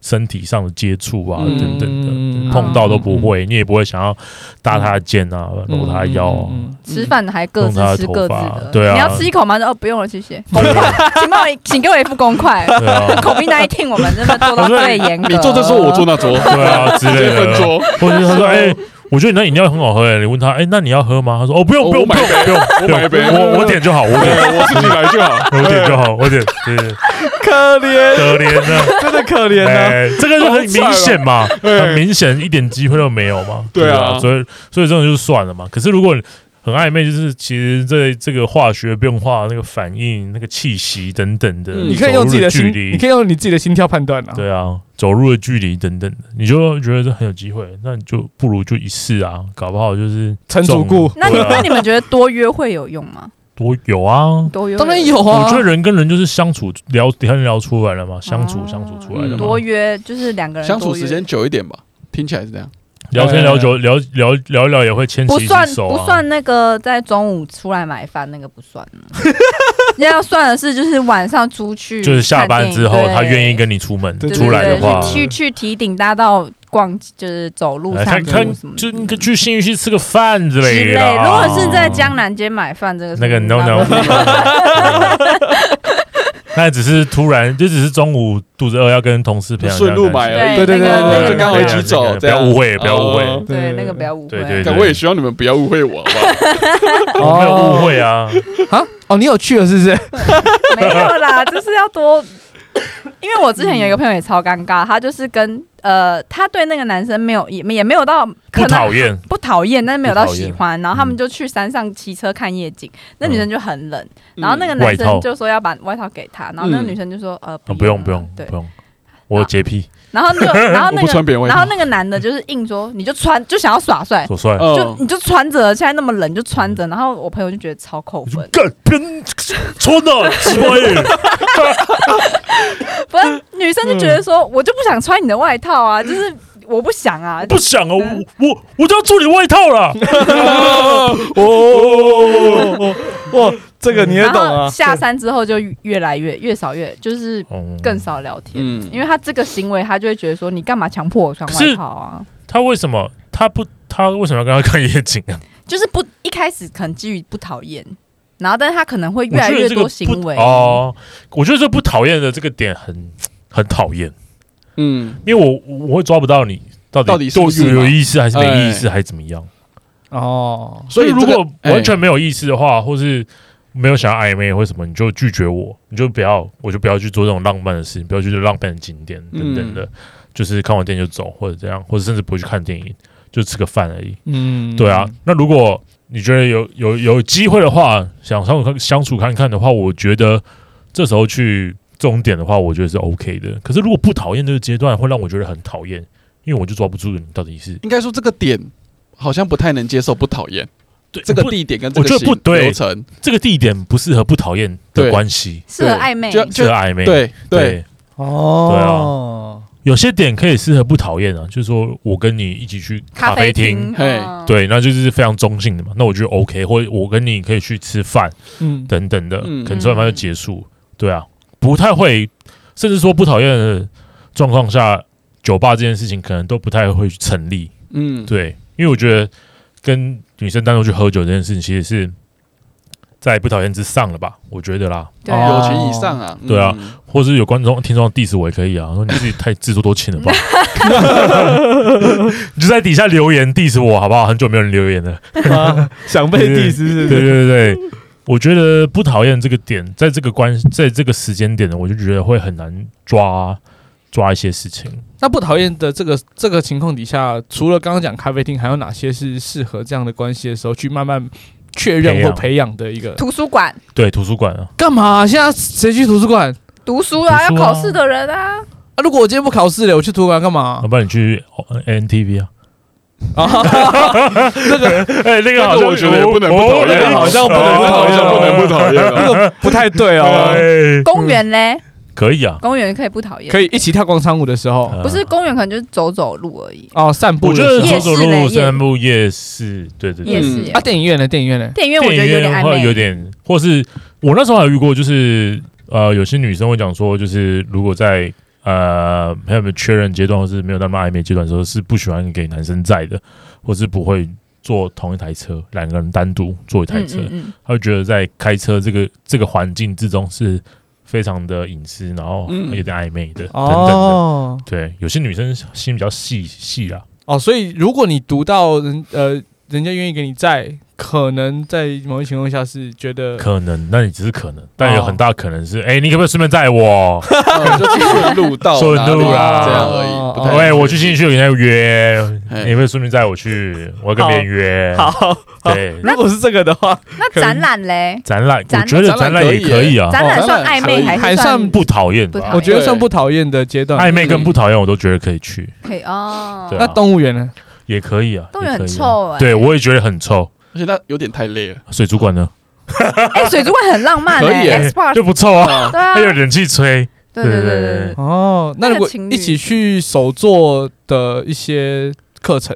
Speaker 2: 身体上的接触啊
Speaker 4: 嗯
Speaker 2: 等等
Speaker 1: 嗯
Speaker 2: 的，碰到都不会，你也不会想要搭他的肩啊、搂他的腰啊。
Speaker 1: 嗯嗯嗯
Speaker 3: 吃饭还各自吃各自的
Speaker 2: 弄他的头发，对
Speaker 3: 嗯
Speaker 2: 啊
Speaker 3: 你要吃一口吗？哦，不用了，谢 谢。公
Speaker 2: 对
Speaker 3: 筷，请帮我，请给我一副公 筷。
Speaker 2: 对啊，
Speaker 3: 口那一听我们真的做到最严格。
Speaker 4: 你坐这桌，我坐那桌，
Speaker 2: 对啊之类
Speaker 4: 直接分
Speaker 2: 的。
Speaker 4: 桌，
Speaker 2: 或者是他说：“哎、我觉得你那饮料很好喝、欸。”你问他：“哎、那你要喝吗？”他说：“哦，不用，
Speaker 4: 哦
Speaker 2: 不用，
Speaker 4: 我买
Speaker 2: 不用，不用，
Speaker 4: 我
Speaker 2: 不
Speaker 4: 买一杯
Speaker 2: 用，我我点就好，我点。”
Speaker 4: 对，我自己来就好。
Speaker 2: 我点就好，我点，对，
Speaker 1: 可怜，
Speaker 2: 可怜的，
Speaker 1: 真的可怜啊！
Speaker 2: 哎，这个就很明显嘛，
Speaker 4: 哎
Speaker 2: 很明显，一点机会都没有嘛，
Speaker 4: 对啊
Speaker 2: 吧所以所以这种就算了嘛。可是如果很暧昧，就是其实这这个化学变化、那个反应、那个气息等等的，
Speaker 4: 嗯
Speaker 1: 你可以用自己的
Speaker 2: 走
Speaker 1: 心
Speaker 2: 路，距
Speaker 1: 你可
Speaker 2: 离，
Speaker 1: 以用你自己的心跳判断啊。
Speaker 2: 对啊，走路的距离等等的，你就觉得这很有机会，那你就不如就一试啊，搞不好就是
Speaker 1: 陈主
Speaker 2: 中
Speaker 1: 顾，
Speaker 3: 那你
Speaker 2: 对啊
Speaker 3: 那你们觉得多约会有用吗？
Speaker 2: 多有啊。
Speaker 3: 多约会
Speaker 1: 当然有啊。
Speaker 2: 我觉得人跟人就是相处聊天聊出来了嘛，相处
Speaker 3: 哦
Speaker 2: 相处出来的嘛，
Speaker 3: 多约就是两个人
Speaker 4: 相
Speaker 3: 多
Speaker 4: 处
Speaker 3: 约
Speaker 4: 时间久一点吧，听起来是这样。
Speaker 2: 聊天聊久聊聊聊一聊也会牵起
Speaker 3: 不
Speaker 2: 一
Speaker 3: 算
Speaker 2: 只手啊，
Speaker 3: 不算那个在中午出来买饭那个不算啊。要算的是就是晚上出去，
Speaker 2: 就是下班之后他愿意跟你出门
Speaker 1: 对
Speaker 2: 出来的话，哎
Speaker 3: 去去提顶大道逛，就是走路
Speaker 2: 来
Speaker 3: 散
Speaker 2: 看
Speaker 3: 步
Speaker 2: 看
Speaker 3: 什么
Speaker 2: 就
Speaker 3: 的
Speaker 2: 你去新余区吃个饭之
Speaker 3: 之
Speaker 2: 类
Speaker 3: 类
Speaker 2: 的啊。
Speaker 3: 如果是在江南街买饭，这个是
Speaker 2: 那个 no
Speaker 3: 没办
Speaker 2: no，
Speaker 3: 法
Speaker 2: 那只是突然就只是中午肚子饿要跟同事培养
Speaker 4: 顺路买而已，
Speaker 1: 对对对
Speaker 3: 那个
Speaker 1: 对
Speaker 4: 就刚好一起
Speaker 2: 对
Speaker 4: 走，
Speaker 2: 对
Speaker 4: 这样
Speaker 2: 不要误会不要误会
Speaker 4: 哦
Speaker 3: 对那个不要误
Speaker 2: 对对
Speaker 3: 会。
Speaker 4: 干我也希望你们不要误会我，好不好？
Speaker 2: 我没
Speaker 3: 哦
Speaker 2: 有误会啊，
Speaker 1: 啊！哦，你有去了是不是？
Speaker 3: 没有啦，就是要多。因为我之前有一个朋友也超尴尬，他就是跟呃，他对那个男生没有也也没有到可
Speaker 2: 不
Speaker 3: 能
Speaker 2: 讨厌，
Speaker 3: 不讨厌，但是没有到喜
Speaker 2: 不嗯
Speaker 3: 欢。然后他们就去山上骑车看夜景，那女生就很冷，然后那个男
Speaker 2: 嗯外
Speaker 3: 生
Speaker 2: 套
Speaker 4: 嗯
Speaker 3: 就说要把外套给她，然后那个女生就说呃
Speaker 2: 啊不用不用
Speaker 3: 对
Speaker 2: 不，用，我有洁癖，
Speaker 3: 然后那个，然后
Speaker 4: 我
Speaker 3: 那
Speaker 4: 不穿
Speaker 3: 个，
Speaker 4: 别人外
Speaker 3: 然后
Speaker 4: 套。
Speaker 3: 那个男的就是硬说，你就穿，就想要耍帅，
Speaker 2: 多帅！
Speaker 3: 就
Speaker 4: 嗯，
Speaker 3: 你就穿着，现在那么冷就穿着。然后我朋友就觉得超扣分，
Speaker 2: 干 边穿的奇怪耶，
Speaker 3: 不是女生就觉得说，我就不想穿你的外套啊，就是我不想啊，
Speaker 2: 不想啊，我我我就要做你外套 了。
Speaker 1: 哦，哇，这个你也
Speaker 3: 然
Speaker 1: 懂
Speaker 3: 后
Speaker 1: 啊？
Speaker 3: 下山之后就越来越越少越就是
Speaker 2: 哦
Speaker 3: 更少聊天，
Speaker 4: 嗯
Speaker 3: 因为他这个行为，他就会觉得说你干嘛强迫我穿
Speaker 2: 可是
Speaker 3: 外套啊？
Speaker 2: 他为什么他不他为什么要跟他看夜景 啊？
Speaker 3: 就是不一开始可能基于不讨厌，然后但是他可能会
Speaker 2: 我
Speaker 3: 越来
Speaker 2: 觉
Speaker 3: 越
Speaker 2: 得这
Speaker 3: 多
Speaker 2: 个
Speaker 3: 行为
Speaker 2: 不哦，我觉得这不讨厌的这个点很很讨厌，
Speaker 4: 嗯，
Speaker 2: 因为我我会抓不到你到底
Speaker 4: 到底是不是
Speaker 2: 有有
Speaker 4: 嘛
Speaker 2: 意思还是没意
Speaker 4: 哎
Speaker 2: 思还是怎么样。
Speaker 1: 哦，
Speaker 4: 所以
Speaker 2: 如
Speaker 4: 这个哎
Speaker 2: 果完全没有意思的话，或是没有想要暧昧或什么，你就拒绝我，你就不要，我就不要去做这种浪漫的事情，不要去做浪漫的景点等等
Speaker 4: 嗯
Speaker 2: 的，就是看完电影就走，或者这样，或者甚至不会去看电影，就吃个饭而已。
Speaker 1: 嗯，
Speaker 2: 对啊，那如果你觉得有有有机会的话，想相处相处看看的话，我觉得这时候去这种点的话，我觉得是 OK 的。可是如果不讨厌这个阶段，会让我觉得很讨厌，因为我就抓不住你到底是
Speaker 4: 应该说这个点好像不太能接受，不讨厌
Speaker 2: 对
Speaker 4: 这个
Speaker 2: 不
Speaker 4: 地点跟这个
Speaker 2: 我觉得不
Speaker 4: 行
Speaker 2: 对
Speaker 4: 流程，
Speaker 2: 这个地点不适合不讨厌的
Speaker 4: 对
Speaker 2: 关系，
Speaker 3: 适合
Speaker 4: 对
Speaker 3: 暧昧，
Speaker 4: 就
Speaker 2: 适合暧昧。
Speaker 4: 对对，
Speaker 2: 对，
Speaker 1: 哦，
Speaker 2: 有些点可以适合不讨厌啊，就是说我跟你一起去咖啡厅，
Speaker 3: 厅，
Speaker 4: 嘿
Speaker 3: 嗯，
Speaker 2: 对，那就是非常中性的嘛，那我觉得 OK，或者我跟你可以去吃饭
Speaker 1: 嗯，
Speaker 2: 等等的，
Speaker 4: 嗯
Speaker 2: 可能吃完饭就结束，对啊，不太会，甚至说不讨厌的状况下，酒吧这件事情可能都不太会成立，
Speaker 4: 嗯，
Speaker 2: 对，因为我觉得跟女生单独去喝酒这件事情，其实是在不讨厌之上了吧，我觉得啦，
Speaker 3: 对
Speaker 1: 哦
Speaker 3: 啊，
Speaker 4: 友情以上啊，嗯
Speaker 2: 对啊，或是有观众听众 diss 我也可以啊，说你自己太自作多情了吧， 你就在底下留言 diss 我好不好？很久没有人留言了，
Speaker 1: 啊想被 diss 是
Speaker 2: 对
Speaker 1: 不
Speaker 2: 对
Speaker 1: 是？
Speaker 2: 对对，我觉得不讨厌这个点，在这个关在这个时间点呢，我就觉得会很难抓抓一些事情。
Speaker 1: 那不讨厌的这个这个情况底下，除了刚刚讲咖啡厅，还有哪些是适合这样的关系的时候去慢慢确认
Speaker 2: 培
Speaker 1: 或
Speaker 2: 养
Speaker 1: 培养的一个？
Speaker 3: 图书馆
Speaker 2: 对，图书馆啊，
Speaker 1: 干嘛？现在谁去图书馆
Speaker 3: 读书啊，要
Speaker 2: 读书啊
Speaker 3: 考试的人啊，
Speaker 1: 啊？如果我今天不考试了，我去图书馆干嘛
Speaker 2: 要？不然你去 NTV 啊？
Speaker 1: 那个
Speaker 2: 哎，那个好
Speaker 4: 那个
Speaker 2: 像
Speaker 4: 我觉得也不能不讨厌啊，
Speaker 1: 好像不能不讨厌
Speaker 4: 好像不能不讨厌啊。
Speaker 1: 那个不太对哦。
Speaker 2: 哎，
Speaker 3: 公园嘞，
Speaker 2: 可以啊。
Speaker 3: 公园可以不讨厌，
Speaker 1: 可以一起跳广场舞的时候，
Speaker 2: 呃
Speaker 3: 不是公园，可能就是走走路而已。
Speaker 1: 哦，散步
Speaker 2: 我
Speaker 1: 的
Speaker 2: 觉
Speaker 1: 时候。
Speaker 2: 得
Speaker 3: 夜
Speaker 2: 走
Speaker 3: 市
Speaker 2: 走
Speaker 3: 嘞
Speaker 2: 路、
Speaker 3: 夜
Speaker 2: 散步、夜市，对对对，
Speaker 3: 夜市
Speaker 4: 嗯
Speaker 3: 也
Speaker 1: 啊，电影院呢？电影院呢？
Speaker 3: 电影院我
Speaker 2: 电
Speaker 3: 觉得
Speaker 2: 影
Speaker 3: 有
Speaker 2: 院
Speaker 3: 点暧
Speaker 2: 会
Speaker 3: 昧，
Speaker 2: 有点，或是我那时候还有遇过，就是呃，有些女生会讲说，就是如果在呃还有没有确认阶段，或是没有那么暧昧阶段的时候，是不喜欢给男生载的，或是不会坐同一台车，两个人单独坐一台
Speaker 3: 嗯
Speaker 2: 车，
Speaker 3: 嗯嗯，
Speaker 2: 他会觉得在开车这个这个环境之中是非常的隐私，然后
Speaker 4: 嗯
Speaker 2: 有点暧昧的、等等的。
Speaker 1: 哦
Speaker 2: 对，有些女生心比较细细啊，
Speaker 1: 哦，所以如果你读到人呃，人家愿意给你在，可能在某些情况下是觉得
Speaker 2: 可能，那你只是可能，但有很大可能是，哎、你可不可以顺便载我？
Speaker 4: 嗯就去顺路到
Speaker 2: 顺
Speaker 4: 哪里啊
Speaker 2: 路啦
Speaker 4: 这样而已。不太
Speaker 1: 哦
Speaker 2: 喂，我去新区有人在约，
Speaker 4: 嘿
Speaker 2: 你会顺便载我去？我要跟别人约。
Speaker 1: 好。
Speaker 2: 对，
Speaker 1: 如果是这个的话，
Speaker 3: 那展览嘞，
Speaker 2: 展览，
Speaker 3: 展
Speaker 2: 我
Speaker 3: 览
Speaker 2: 觉得展
Speaker 4: 展
Speaker 2: 览
Speaker 4: 览可
Speaker 2: 也
Speaker 4: 以
Speaker 2: 可以啊，
Speaker 3: 展览
Speaker 4: 哦
Speaker 3: 算
Speaker 4: 展览
Speaker 3: 暧昧
Speaker 4: 可以
Speaker 3: 还
Speaker 1: 还
Speaker 3: 是
Speaker 1: 算
Speaker 3: 算
Speaker 2: 不讨厌
Speaker 3: 不讨
Speaker 2: 吧？
Speaker 3: 厌
Speaker 1: 我觉得算不讨厌的阶段
Speaker 2: 暧。昧跟不讨厌我都觉得可以去，
Speaker 3: 可以哦？
Speaker 2: 对啊
Speaker 1: 那动物园呢？
Speaker 2: 也可以啊。
Speaker 3: 动物园很
Speaker 2: 也可以啊
Speaker 3: 臭哎
Speaker 2: 对我也觉得很臭。
Speaker 4: 而且它有点太累了，
Speaker 2: 水族馆呢？
Speaker 3: 哎，水族馆很浪漫
Speaker 4: 可以耶
Speaker 3: 哎，X Park，
Speaker 2: 就不臭啊，
Speaker 3: 对啊，
Speaker 2: 还有冷气吹。
Speaker 3: 对对对
Speaker 2: 对
Speaker 3: 对
Speaker 2: 对
Speaker 3: 对，
Speaker 1: 哦，那如果
Speaker 3: 那个情侣
Speaker 1: 一起去手做的一些课程，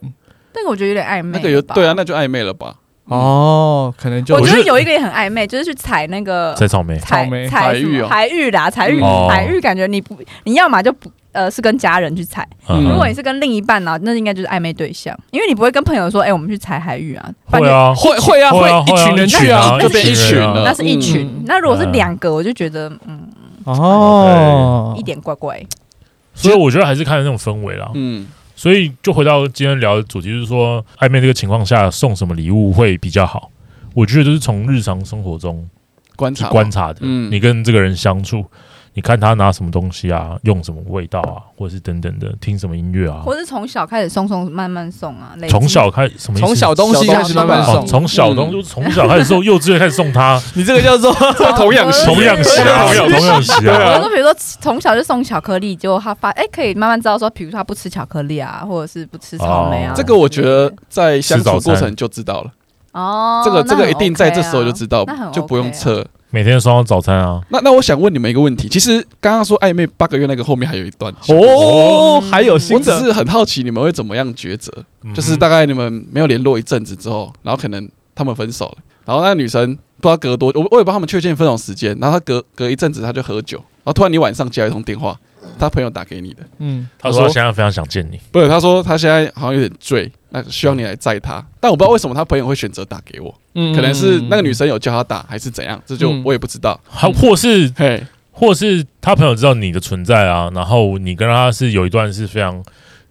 Speaker 3: 那个我觉得有点暧昧吧，
Speaker 4: 那个有对啊，那就暧昧了吧？
Speaker 1: 哦，可能就
Speaker 3: 我
Speaker 2: 我
Speaker 3: 觉
Speaker 2: 觉
Speaker 3: 得
Speaker 2: 得
Speaker 3: 有一个也很暧昧，就是去采那个
Speaker 2: 摘草莓，啊
Speaker 1: 草
Speaker 3: 采
Speaker 1: 莓
Speaker 3: 采
Speaker 4: 海
Speaker 3: 什
Speaker 4: 芋
Speaker 3: 么
Speaker 4: 哦
Speaker 3: 海芋啦，采芋
Speaker 2: 哦
Speaker 3: 海芋，感觉你不你要嘛就不呃是跟家人去采，
Speaker 2: 嗯
Speaker 4: 嗯
Speaker 3: 如果你是跟另一半呢，那应该就是暧昧对象，因为你不会跟朋友说，哎，我们去采海芋啊，不然
Speaker 2: 会
Speaker 3: 就
Speaker 1: 会
Speaker 2: 啊，
Speaker 1: 会啊，
Speaker 2: 会啊
Speaker 1: 一
Speaker 2: 会啊
Speaker 1: 群人
Speaker 2: 一
Speaker 1: 去
Speaker 2: 群
Speaker 1: 啊
Speaker 2: 啊，
Speaker 4: 就变一群
Speaker 2: 一群
Speaker 4: 了，
Speaker 3: 那是一
Speaker 1: 嗯
Speaker 3: 群，那如果是两个，我就觉得嗯
Speaker 1: 哦
Speaker 2: 哦
Speaker 3: 一，点怪怪。
Speaker 2: 所以我觉得还是看那种氛围啦。
Speaker 4: 嗯。
Speaker 2: 所以就回到今天聊的主题，就是说暧昧这个情况下送什么礼物会比较好。我觉得就是从日常生活中
Speaker 4: 观
Speaker 2: 去
Speaker 4: 察吧
Speaker 2: 观察的，
Speaker 4: 嗯
Speaker 2: 你跟这个人相处，你看他拿什么东西啊，用什么味道啊，或者是等等的，听什么音乐啊
Speaker 3: 或，是从小开始送送慢慢送啊，累积
Speaker 2: 从小开什么意思
Speaker 1: 从小东西开始慢慢
Speaker 3: 小
Speaker 2: 哦
Speaker 1: 送，，
Speaker 2: 从小
Speaker 4: 嗯
Speaker 2: 东就是从小开始送，幼稚园开始送 他
Speaker 1: 你这个叫做
Speaker 4: 童养媳
Speaker 2: 童养媳 啊，
Speaker 4: 童
Speaker 2: 童养
Speaker 4: 养媳
Speaker 2: 童养媳
Speaker 4: 对
Speaker 2: 啊
Speaker 4: 啊，
Speaker 3: 我说，比如说从小就送巧克力，结果他发哎、可以慢慢知道说，比如说他不吃巧克力啊，或者是不吃草莓啊。
Speaker 2: 哦
Speaker 4: 这个我觉得在相
Speaker 2: 吃
Speaker 4: 处
Speaker 2: 早
Speaker 4: 过
Speaker 2: 餐
Speaker 4: 程就知道了，
Speaker 3: 哦，
Speaker 4: 这个这
Speaker 3: 那
Speaker 4: 个
Speaker 3: 很
Speaker 4: 一定在
Speaker 3: OK
Speaker 4: 这
Speaker 3: 啊
Speaker 4: 时候就知道
Speaker 3: 那很，
Speaker 4: 就不用
Speaker 3: OK 啊
Speaker 4: 测。
Speaker 2: 每天送他早餐啊，
Speaker 4: 那那我想问你们一个问题，其实刚刚说暧昧八个月那个后面还有一段，
Speaker 1: 哦，还有
Speaker 4: 我
Speaker 1: 新
Speaker 4: 只
Speaker 1: 的
Speaker 4: 是很好奇你们会怎么样抉择，
Speaker 2: 嗯
Speaker 4: 就是大概你们没有联络一阵子之后，然后可能他们分手了，然后那个女生不知道隔多，我我也不知道他们确切分手时间，然后她隔隔一阵子她就喝酒，然后突然你晚上接到一通电话，她朋友打给你的，
Speaker 1: 嗯，
Speaker 2: 他说他现在非常想见 你，
Speaker 4: 不是，她说她现在好像有点醉，那需要你来载她，但我不知道为什么她朋友会选择打给我，
Speaker 1: 嗯
Speaker 4: 可能是那个女生有叫她打还是怎样，这就我也不知道，
Speaker 2: 还或是
Speaker 4: 嘿，
Speaker 2: 或是他朋友知道你的存在啊，然后你跟他是有一段是非常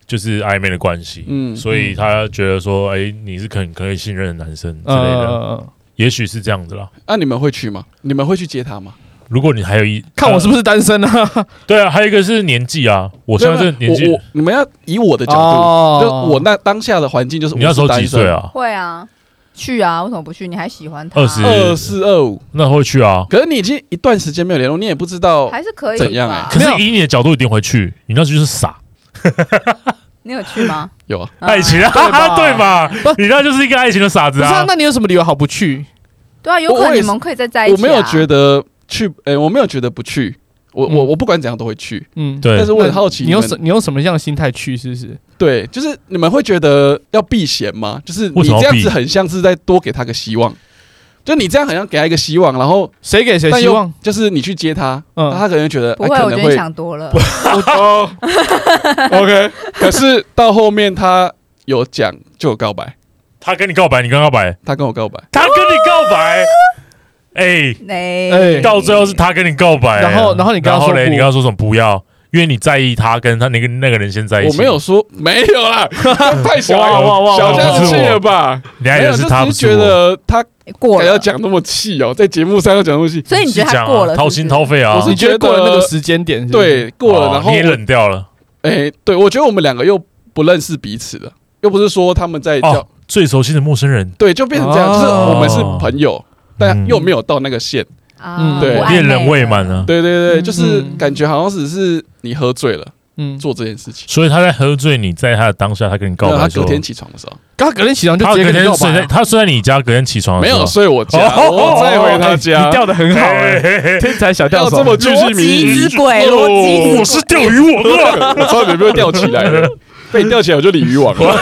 Speaker 2: 就是暧昧的关系，
Speaker 4: 嗯，
Speaker 2: 所以他觉得说，哎、你是肯可以信任的男生之类的，
Speaker 1: 呃，
Speaker 2: 也许是这样子啦。
Speaker 4: 那啊你们会去吗？你们会去接她吗？
Speaker 2: 如果你还有一
Speaker 1: 看我是不
Speaker 2: 是、
Speaker 1: 是单身
Speaker 4: 呃
Speaker 1: 啊？
Speaker 2: 对啊，还有一个是年纪啊，我现在这个年纪
Speaker 4: 我，我你们要以我的角度。就
Speaker 1: 哦
Speaker 4: 我那当下的环境，就是
Speaker 2: 你那时候
Speaker 4: 我是单
Speaker 2: 几
Speaker 4: 身
Speaker 2: 岁？啊？
Speaker 3: 会啊，去啊，为什么不去？你还喜欢他，
Speaker 2: 20
Speaker 4: 二四二五，
Speaker 2: 那会去啊，
Speaker 4: 可是你已经一段时间没有联络，你也不知道
Speaker 3: 还是可以
Speaker 4: 怎样啊
Speaker 3: 吧
Speaker 2: 可
Speaker 1: 没有
Speaker 2: 是以你的角度一定会去，你那时候就是傻。
Speaker 3: 你有去 吗？嗯
Speaker 4: 有啊。
Speaker 2: 爱情啊，
Speaker 1: 对吧
Speaker 2: 对嘛
Speaker 1: 不？
Speaker 2: 你那就是一个爱情的傻子
Speaker 1: 不是啊
Speaker 2: 啊，！
Speaker 1: 那你有什么理由好不去？
Speaker 3: 对啊，有
Speaker 4: 我
Speaker 3: 可能
Speaker 4: 也
Speaker 3: 你
Speaker 4: 是
Speaker 3: 们可以再在一起、
Speaker 4: 我
Speaker 3: 啊。
Speaker 4: 没有觉得去，诶，我没有觉得不去，我
Speaker 2: 嗯
Speaker 4: 我我不管怎样都会去。
Speaker 1: 嗯，
Speaker 2: 对
Speaker 4: 但是我很好奇
Speaker 1: 你
Speaker 4: 你
Speaker 1: 用
Speaker 4: 们
Speaker 1: 什，你用什么样的心态去？是不是？
Speaker 4: 对，就是你们会觉得要避嫌吗？就是你
Speaker 2: 为什么
Speaker 4: 这
Speaker 2: 要
Speaker 4: 样
Speaker 2: 避
Speaker 4: 子很像是在多给他个希望，就你这样好像给他一个希望，然后
Speaker 1: 谁给谁
Speaker 4: 但
Speaker 1: 希
Speaker 4: 又
Speaker 1: 望？
Speaker 4: 就是你去接他，
Speaker 1: 嗯
Speaker 4: 他可能觉得
Speaker 3: 不
Speaker 4: 哎
Speaker 3: 会，
Speaker 4: 可
Speaker 3: 我觉
Speaker 4: 能
Speaker 3: 得你
Speaker 4: 会
Speaker 3: 想多了。
Speaker 4: 哦 ，OK。可是到后面他有讲就有告白，
Speaker 2: 他跟你告白，你跟他告白，
Speaker 4: 他跟我告白，
Speaker 2: 他跟你告
Speaker 1: 啊
Speaker 2: 白，哎、
Speaker 3: 哎、
Speaker 1: 哎
Speaker 2: 到最后是他跟你告白，
Speaker 1: 然后然后你跟他
Speaker 2: 然
Speaker 1: 说
Speaker 2: 后嘞，
Speaker 1: 不
Speaker 2: 你跟他说什么不要，因为你在意他跟他那个那个人先在一
Speaker 4: 我
Speaker 2: 起。
Speaker 4: 没有，说没有 啦，太小
Speaker 2: 哇哇哇
Speaker 4: 了，小家
Speaker 2: 不
Speaker 4: 子
Speaker 2: 是
Speaker 4: 气
Speaker 2: 我
Speaker 4: 了吧？
Speaker 2: 你还
Speaker 4: 没
Speaker 2: 以
Speaker 4: 有，
Speaker 2: 为
Speaker 4: 就
Speaker 2: 他不
Speaker 4: 是
Speaker 2: 是
Speaker 4: 觉得他
Speaker 3: 哎过
Speaker 4: 还要
Speaker 3: 了，
Speaker 4: 讲那么气哦，在节目上要讲那么气，
Speaker 3: 所以你觉得他
Speaker 2: 讲
Speaker 3: 过
Speaker 2: 啊，
Speaker 3: 了
Speaker 2: 掏
Speaker 3: 是
Speaker 2: 心
Speaker 3: 不是
Speaker 2: 掏肺啊，
Speaker 4: 我是
Speaker 1: 觉得过了那个时间点，是不是，
Speaker 4: 对过了，
Speaker 2: 哦
Speaker 4: 然后
Speaker 2: 你也冷掉了。
Speaker 4: 哎，对我觉得我们两个又不认识彼此的，又不是说他们在叫
Speaker 2: 哦，最熟悉的陌生人，
Speaker 4: 对，就变成这样，
Speaker 1: 哦
Speaker 4: 就是我们是朋友，但
Speaker 2: 嗯
Speaker 4: 啊又没有到那个线，
Speaker 3: 啊
Speaker 1: 嗯
Speaker 4: 对
Speaker 3: 不暧昧
Speaker 2: 恋人未
Speaker 3: 了
Speaker 2: 满啊。
Speaker 4: 对对对，
Speaker 3: 嗯
Speaker 4: 就是
Speaker 1: 嗯
Speaker 4: 感觉好像只是你喝醉了
Speaker 1: 嗯，
Speaker 4: 做这件事情，
Speaker 2: 所以他在喝醉你，在他的当下，他跟你告
Speaker 4: 然后
Speaker 2: 白哦
Speaker 4: 他
Speaker 2: 说
Speaker 4: 隔，天起床的时候
Speaker 1: 刚隔天起床就
Speaker 2: 他
Speaker 1: 直接
Speaker 2: 隔
Speaker 1: 跟你
Speaker 2: 天
Speaker 1: 告白
Speaker 2: 睡在
Speaker 1: 啊，
Speaker 2: 他睡在你家，隔天起床的
Speaker 4: 没
Speaker 2: 时候
Speaker 4: 有睡我家，
Speaker 2: 哦
Speaker 4: 我再回他
Speaker 1: 哦你
Speaker 4: 家，
Speaker 1: 钓的很好，
Speaker 2: 嘿
Speaker 1: 哎
Speaker 2: 嘿嘿
Speaker 1: 天才小钓
Speaker 4: 要
Speaker 1: 手，
Speaker 4: 这么巨细
Speaker 3: 逻辑
Speaker 4: 靡
Speaker 3: 之
Speaker 4: 遗，
Speaker 3: 鬼，
Speaker 2: 哦
Speaker 3: 逻辑之鬼
Speaker 2: 我是钓鱼网啊！
Speaker 4: 我差点被钓起来了， 被你钓起来我就鲤鱼网了，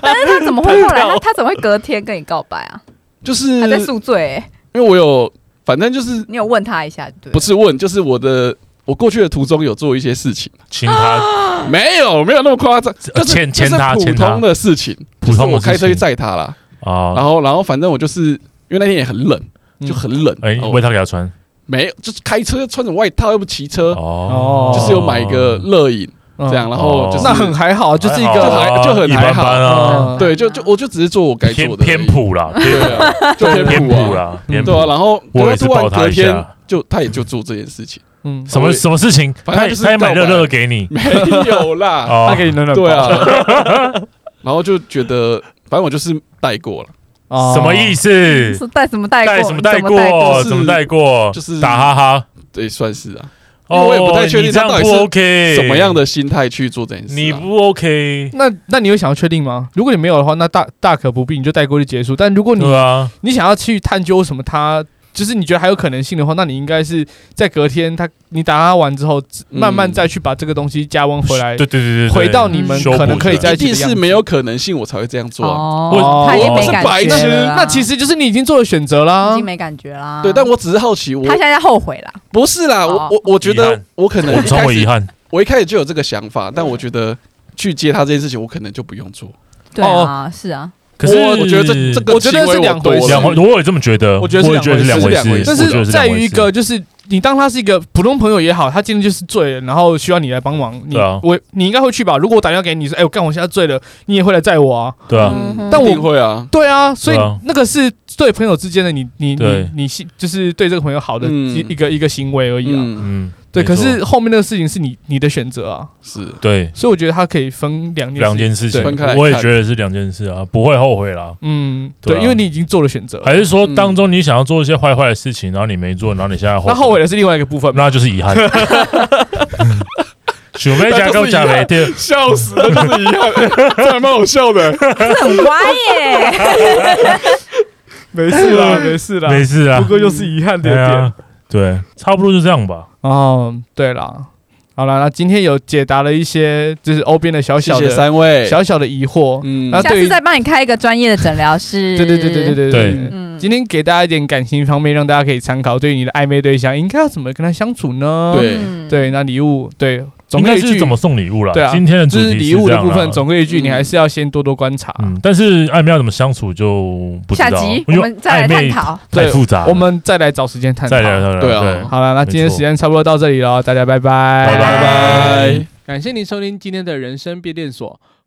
Speaker 3: 但是他怎么 会后来他他怎么会隔天跟你告白啊？
Speaker 4: 就是
Speaker 3: 他在宿醉、欸，
Speaker 4: 因为我有，反正就是
Speaker 3: 你有问他一下对不
Speaker 4: 不
Speaker 3: 对？
Speaker 4: 是问，就是我的我过去的途中有做一些事情，
Speaker 2: 亲他，
Speaker 4: 没有没有那么夸张，
Speaker 2: 啊呃
Speaker 4: 就是
Speaker 2: 牵牵
Speaker 4: 就是
Speaker 2: 他
Speaker 4: 普
Speaker 2: 牵他
Speaker 4: 通的事情，
Speaker 2: 普通的
Speaker 4: 就是我开车
Speaker 2: 事
Speaker 4: 去
Speaker 2: 情
Speaker 4: 载他啦，然
Speaker 2: 啊，
Speaker 4: 后然后反正我就是因为那天也很冷，
Speaker 1: 嗯
Speaker 4: 就很冷，
Speaker 2: 哎，
Speaker 4: 哦
Speaker 2: 外套给他穿
Speaker 4: 没有就是开车穿着外套，又不骑车，
Speaker 2: 哦，
Speaker 4: 就是有买一个热饮
Speaker 1: 嗯
Speaker 4: 这样，然后就是
Speaker 1: 那很还好，就是一
Speaker 4: 就
Speaker 1: 个
Speaker 4: 还就很
Speaker 2: 一
Speaker 4: 还
Speaker 2: 般
Speaker 4: 好
Speaker 2: 般啊，
Speaker 1: 嗯
Speaker 4: 对，就就我就只是做我该
Speaker 2: 偏
Speaker 4: 做的而已
Speaker 2: 偏，普啦，
Speaker 4: 对啊，就
Speaker 2: 偏
Speaker 4: 偏
Speaker 2: 普
Speaker 4: 啊，
Speaker 2: 啦，偏
Speaker 4: 对啊，
Speaker 2: 普。
Speaker 4: 然后
Speaker 2: 我
Speaker 4: 然后
Speaker 2: 也是
Speaker 4: 突然
Speaker 2: 抱他
Speaker 4: 隔
Speaker 2: 一下
Speaker 4: 天就他也就做这件事情，
Speaker 1: 嗯，
Speaker 2: 什么什么事情？
Speaker 4: 啊反正
Speaker 2: 他
Speaker 4: 就
Speaker 2: 也
Speaker 4: 是
Speaker 2: 他也买
Speaker 4: 告
Speaker 2: 热
Speaker 4: 白
Speaker 2: 热给你
Speaker 4: 没有 啦，
Speaker 1: 他
Speaker 2: 哦
Speaker 1: 给你暖暖包
Speaker 4: 对，啊， 然后就觉得反正我就是带过了，
Speaker 1: 哦
Speaker 2: 什么意？思？
Speaker 3: 是带什么带过？
Speaker 2: 带什么带
Speaker 3: 带
Speaker 2: 过？
Speaker 4: 就是
Speaker 2: 怎么带过？
Speaker 4: 就是
Speaker 2: 打哈哈。
Speaker 4: 对，算是啊，因为
Speaker 2: 哦，
Speaker 4: 我也不太确定
Speaker 2: 你这
Speaker 4: 他
Speaker 2: 样
Speaker 4: 到底
Speaker 2: 不
Speaker 4: 是
Speaker 1: 哎
Speaker 2: OK，
Speaker 4: 什么样？的心态去做这件事、啊？
Speaker 2: 你不 OK，
Speaker 1: 那那你有想要确定吗？如果你没有的话，那大大可不必，你就带过去结束。但如果你
Speaker 2: 对啊，
Speaker 1: 你想要去探究什么他，就是你觉得还有可能性的话，那你应该是在隔天他你打他完之后，慢慢
Speaker 2: 嗯
Speaker 1: 再去把这个东西加温回来，
Speaker 2: 对对对对，对
Speaker 1: 回到你们
Speaker 2: 修补
Speaker 1: 可能可以
Speaker 2: 的
Speaker 1: 在
Speaker 4: 一
Speaker 1: 起的
Speaker 4: 定
Speaker 1: 样
Speaker 4: 是
Speaker 1: 子
Speaker 4: 没有可能性，我才会这样做、啊。
Speaker 3: 哦
Speaker 2: 我，
Speaker 3: 他已经
Speaker 2: 我
Speaker 3: 没
Speaker 2: 是
Speaker 3: 感
Speaker 4: 白
Speaker 3: 觉
Speaker 4: 痴
Speaker 3: 了啦，
Speaker 1: 那其实啊就是你已经做了选择啦
Speaker 3: 已经。没感觉啦。
Speaker 4: 对，但我只是好奇，我
Speaker 3: 哦他现在在后悔了，
Speaker 4: 不是啦，我
Speaker 3: 哦
Speaker 4: 我我觉
Speaker 2: 遗
Speaker 4: 得
Speaker 2: 憾
Speaker 4: 我可能
Speaker 2: 我
Speaker 4: 一
Speaker 2: 充
Speaker 4: 开
Speaker 2: 我遗
Speaker 4: 始
Speaker 2: 憾，
Speaker 4: 我一开始就有这个想法，
Speaker 3: 嗯
Speaker 4: 但我觉得去接他这件事情，我可能就不用做。
Speaker 3: 对啊，是啊，
Speaker 2: 可是
Speaker 4: 我我觉得这这个
Speaker 1: 我觉得
Speaker 4: 行为
Speaker 1: 是两
Speaker 4: 我多
Speaker 1: 回事
Speaker 2: 两回，我也这么觉得，
Speaker 1: 我觉得是
Speaker 2: 我也觉得是
Speaker 1: 两
Speaker 2: 两
Speaker 4: 回
Speaker 2: 回
Speaker 4: 事
Speaker 2: 事，
Speaker 1: 但
Speaker 2: 我觉得
Speaker 1: 是
Speaker 2: 是
Speaker 1: 在
Speaker 2: 两
Speaker 1: 于
Speaker 2: 回
Speaker 1: 一
Speaker 2: 事
Speaker 1: 个，就是你当他是一个普通朋友也好，他今天就是醉了，然后需要你来帮忙，你、
Speaker 2: 对啊
Speaker 1: 我你应该会去吧？如果我打电话给你说，哎、我干我现在醉了，你也会来载我啊？
Speaker 2: 对啊，
Speaker 3: 嗯哼
Speaker 1: 但
Speaker 4: 一
Speaker 1: 我
Speaker 4: 定会啊，
Speaker 1: 对啊，所以
Speaker 2: 对啊
Speaker 1: 那个是对朋友之间的你你你
Speaker 2: 对
Speaker 1: 你是就是对这个朋友好的
Speaker 4: 嗯
Speaker 1: 一一个、一个行为而已啊。
Speaker 4: 嗯，
Speaker 2: 嗯，
Speaker 1: 对，
Speaker 2: 没
Speaker 1: 可
Speaker 2: 错
Speaker 1: 是后面那个事情是你你的选择啊，
Speaker 4: 是
Speaker 2: 对
Speaker 1: 所以我觉得他可以分两件
Speaker 2: 两件事情
Speaker 1: 对
Speaker 4: 分开来，看
Speaker 2: 我也觉得是两件事啊，不会后悔啦。
Speaker 1: 嗯，
Speaker 2: 对
Speaker 1: 对，
Speaker 2: 啊
Speaker 1: 因为你已经做了选择，
Speaker 2: 还是说当中你想要做一些坏坏的事情，然后你没做，然后你现在后
Speaker 1: 那后悔，的是另外一个部分嘛。
Speaker 2: 那就是遗憾。小妹加跟加没 听，
Speaker 4: 笑死了，就是一 样，这还蛮好笑的。
Speaker 3: 很歪耶，
Speaker 1: 没事 啦，没事啦，
Speaker 2: 没事啊
Speaker 1: 不，过就是遗憾的
Speaker 2: 对
Speaker 1: 一点。
Speaker 2: 啊，对，差不多就这样吧。
Speaker 1: 哦，对了，好了，那今天有解答了一些就是欧边的小
Speaker 4: 谢
Speaker 1: 小
Speaker 4: 谢
Speaker 1: 的
Speaker 4: 三位，
Speaker 1: 小小的疑惑。
Speaker 4: 嗯
Speaker 1: 那
Speaker 3: 下
Speaker 1: 对于
Speaker 3: 次再帮你开一个专业的诊疗室。
Speaker 1: 对对对对对对
Speaker 2: 对
Speaker 3: 嗯，
Speaker 1: 今天给大家一点感情方面，让大家可以参考，对于你的暧昧对象应该要怎么跟他相处呢？
Speaker 4: 对
Speaker 3: 嗯
Speaker 1: 对，那礼物对，总
Speaker 2: 应
Speaker 1: 归
Speaker 2: 该
Speaker 1: 一句
Speaker 2: 是怎么送礼物啦
Speaker 1: 对啊？
Speaker 2: 今天的主
Speaker 1: 就是
Speaker 2: 题
Speaker 1: 礼物
Speaker 2: 这
Speaker 1: 的
Speaker 2: 样
Speaker 1: 部
Speaker 2: 啦
Speaker 1: 分，总啊归一句，你
Speaker 4: 嗯
Speaker 1: 还是要先多多观察。
Speaker 2: 嗯，但是暧昧要怎么相处就不知
Speaker 3: 下
Speaker 2: 道，
Speaker 3: 集我
Speaker 2: 因为
Speaker 3: 们再来
Speaker 2: 暧
Speaker 3: 探
Speaker 2: 昧
Speaker 3: 讨，
Speaker 2: 太
Speaker 1: 对
Speaker 2: 复杂了，
Speaker 1: 我们再来找时间探讨
Speaker 2: 再。聊聊聊。
Speaker 4: 对啊
Speaker 1: 好了，那
Speaker 2: 没
Speaker 1: 今天
Speaker 2: 错
Speaker 1: 时间差不多到这里了，大家拜拜，
Speaker 2: 拜
Speaker 4: 拜拜。
Speaker 1: 感谢您收听今天的人生变电所，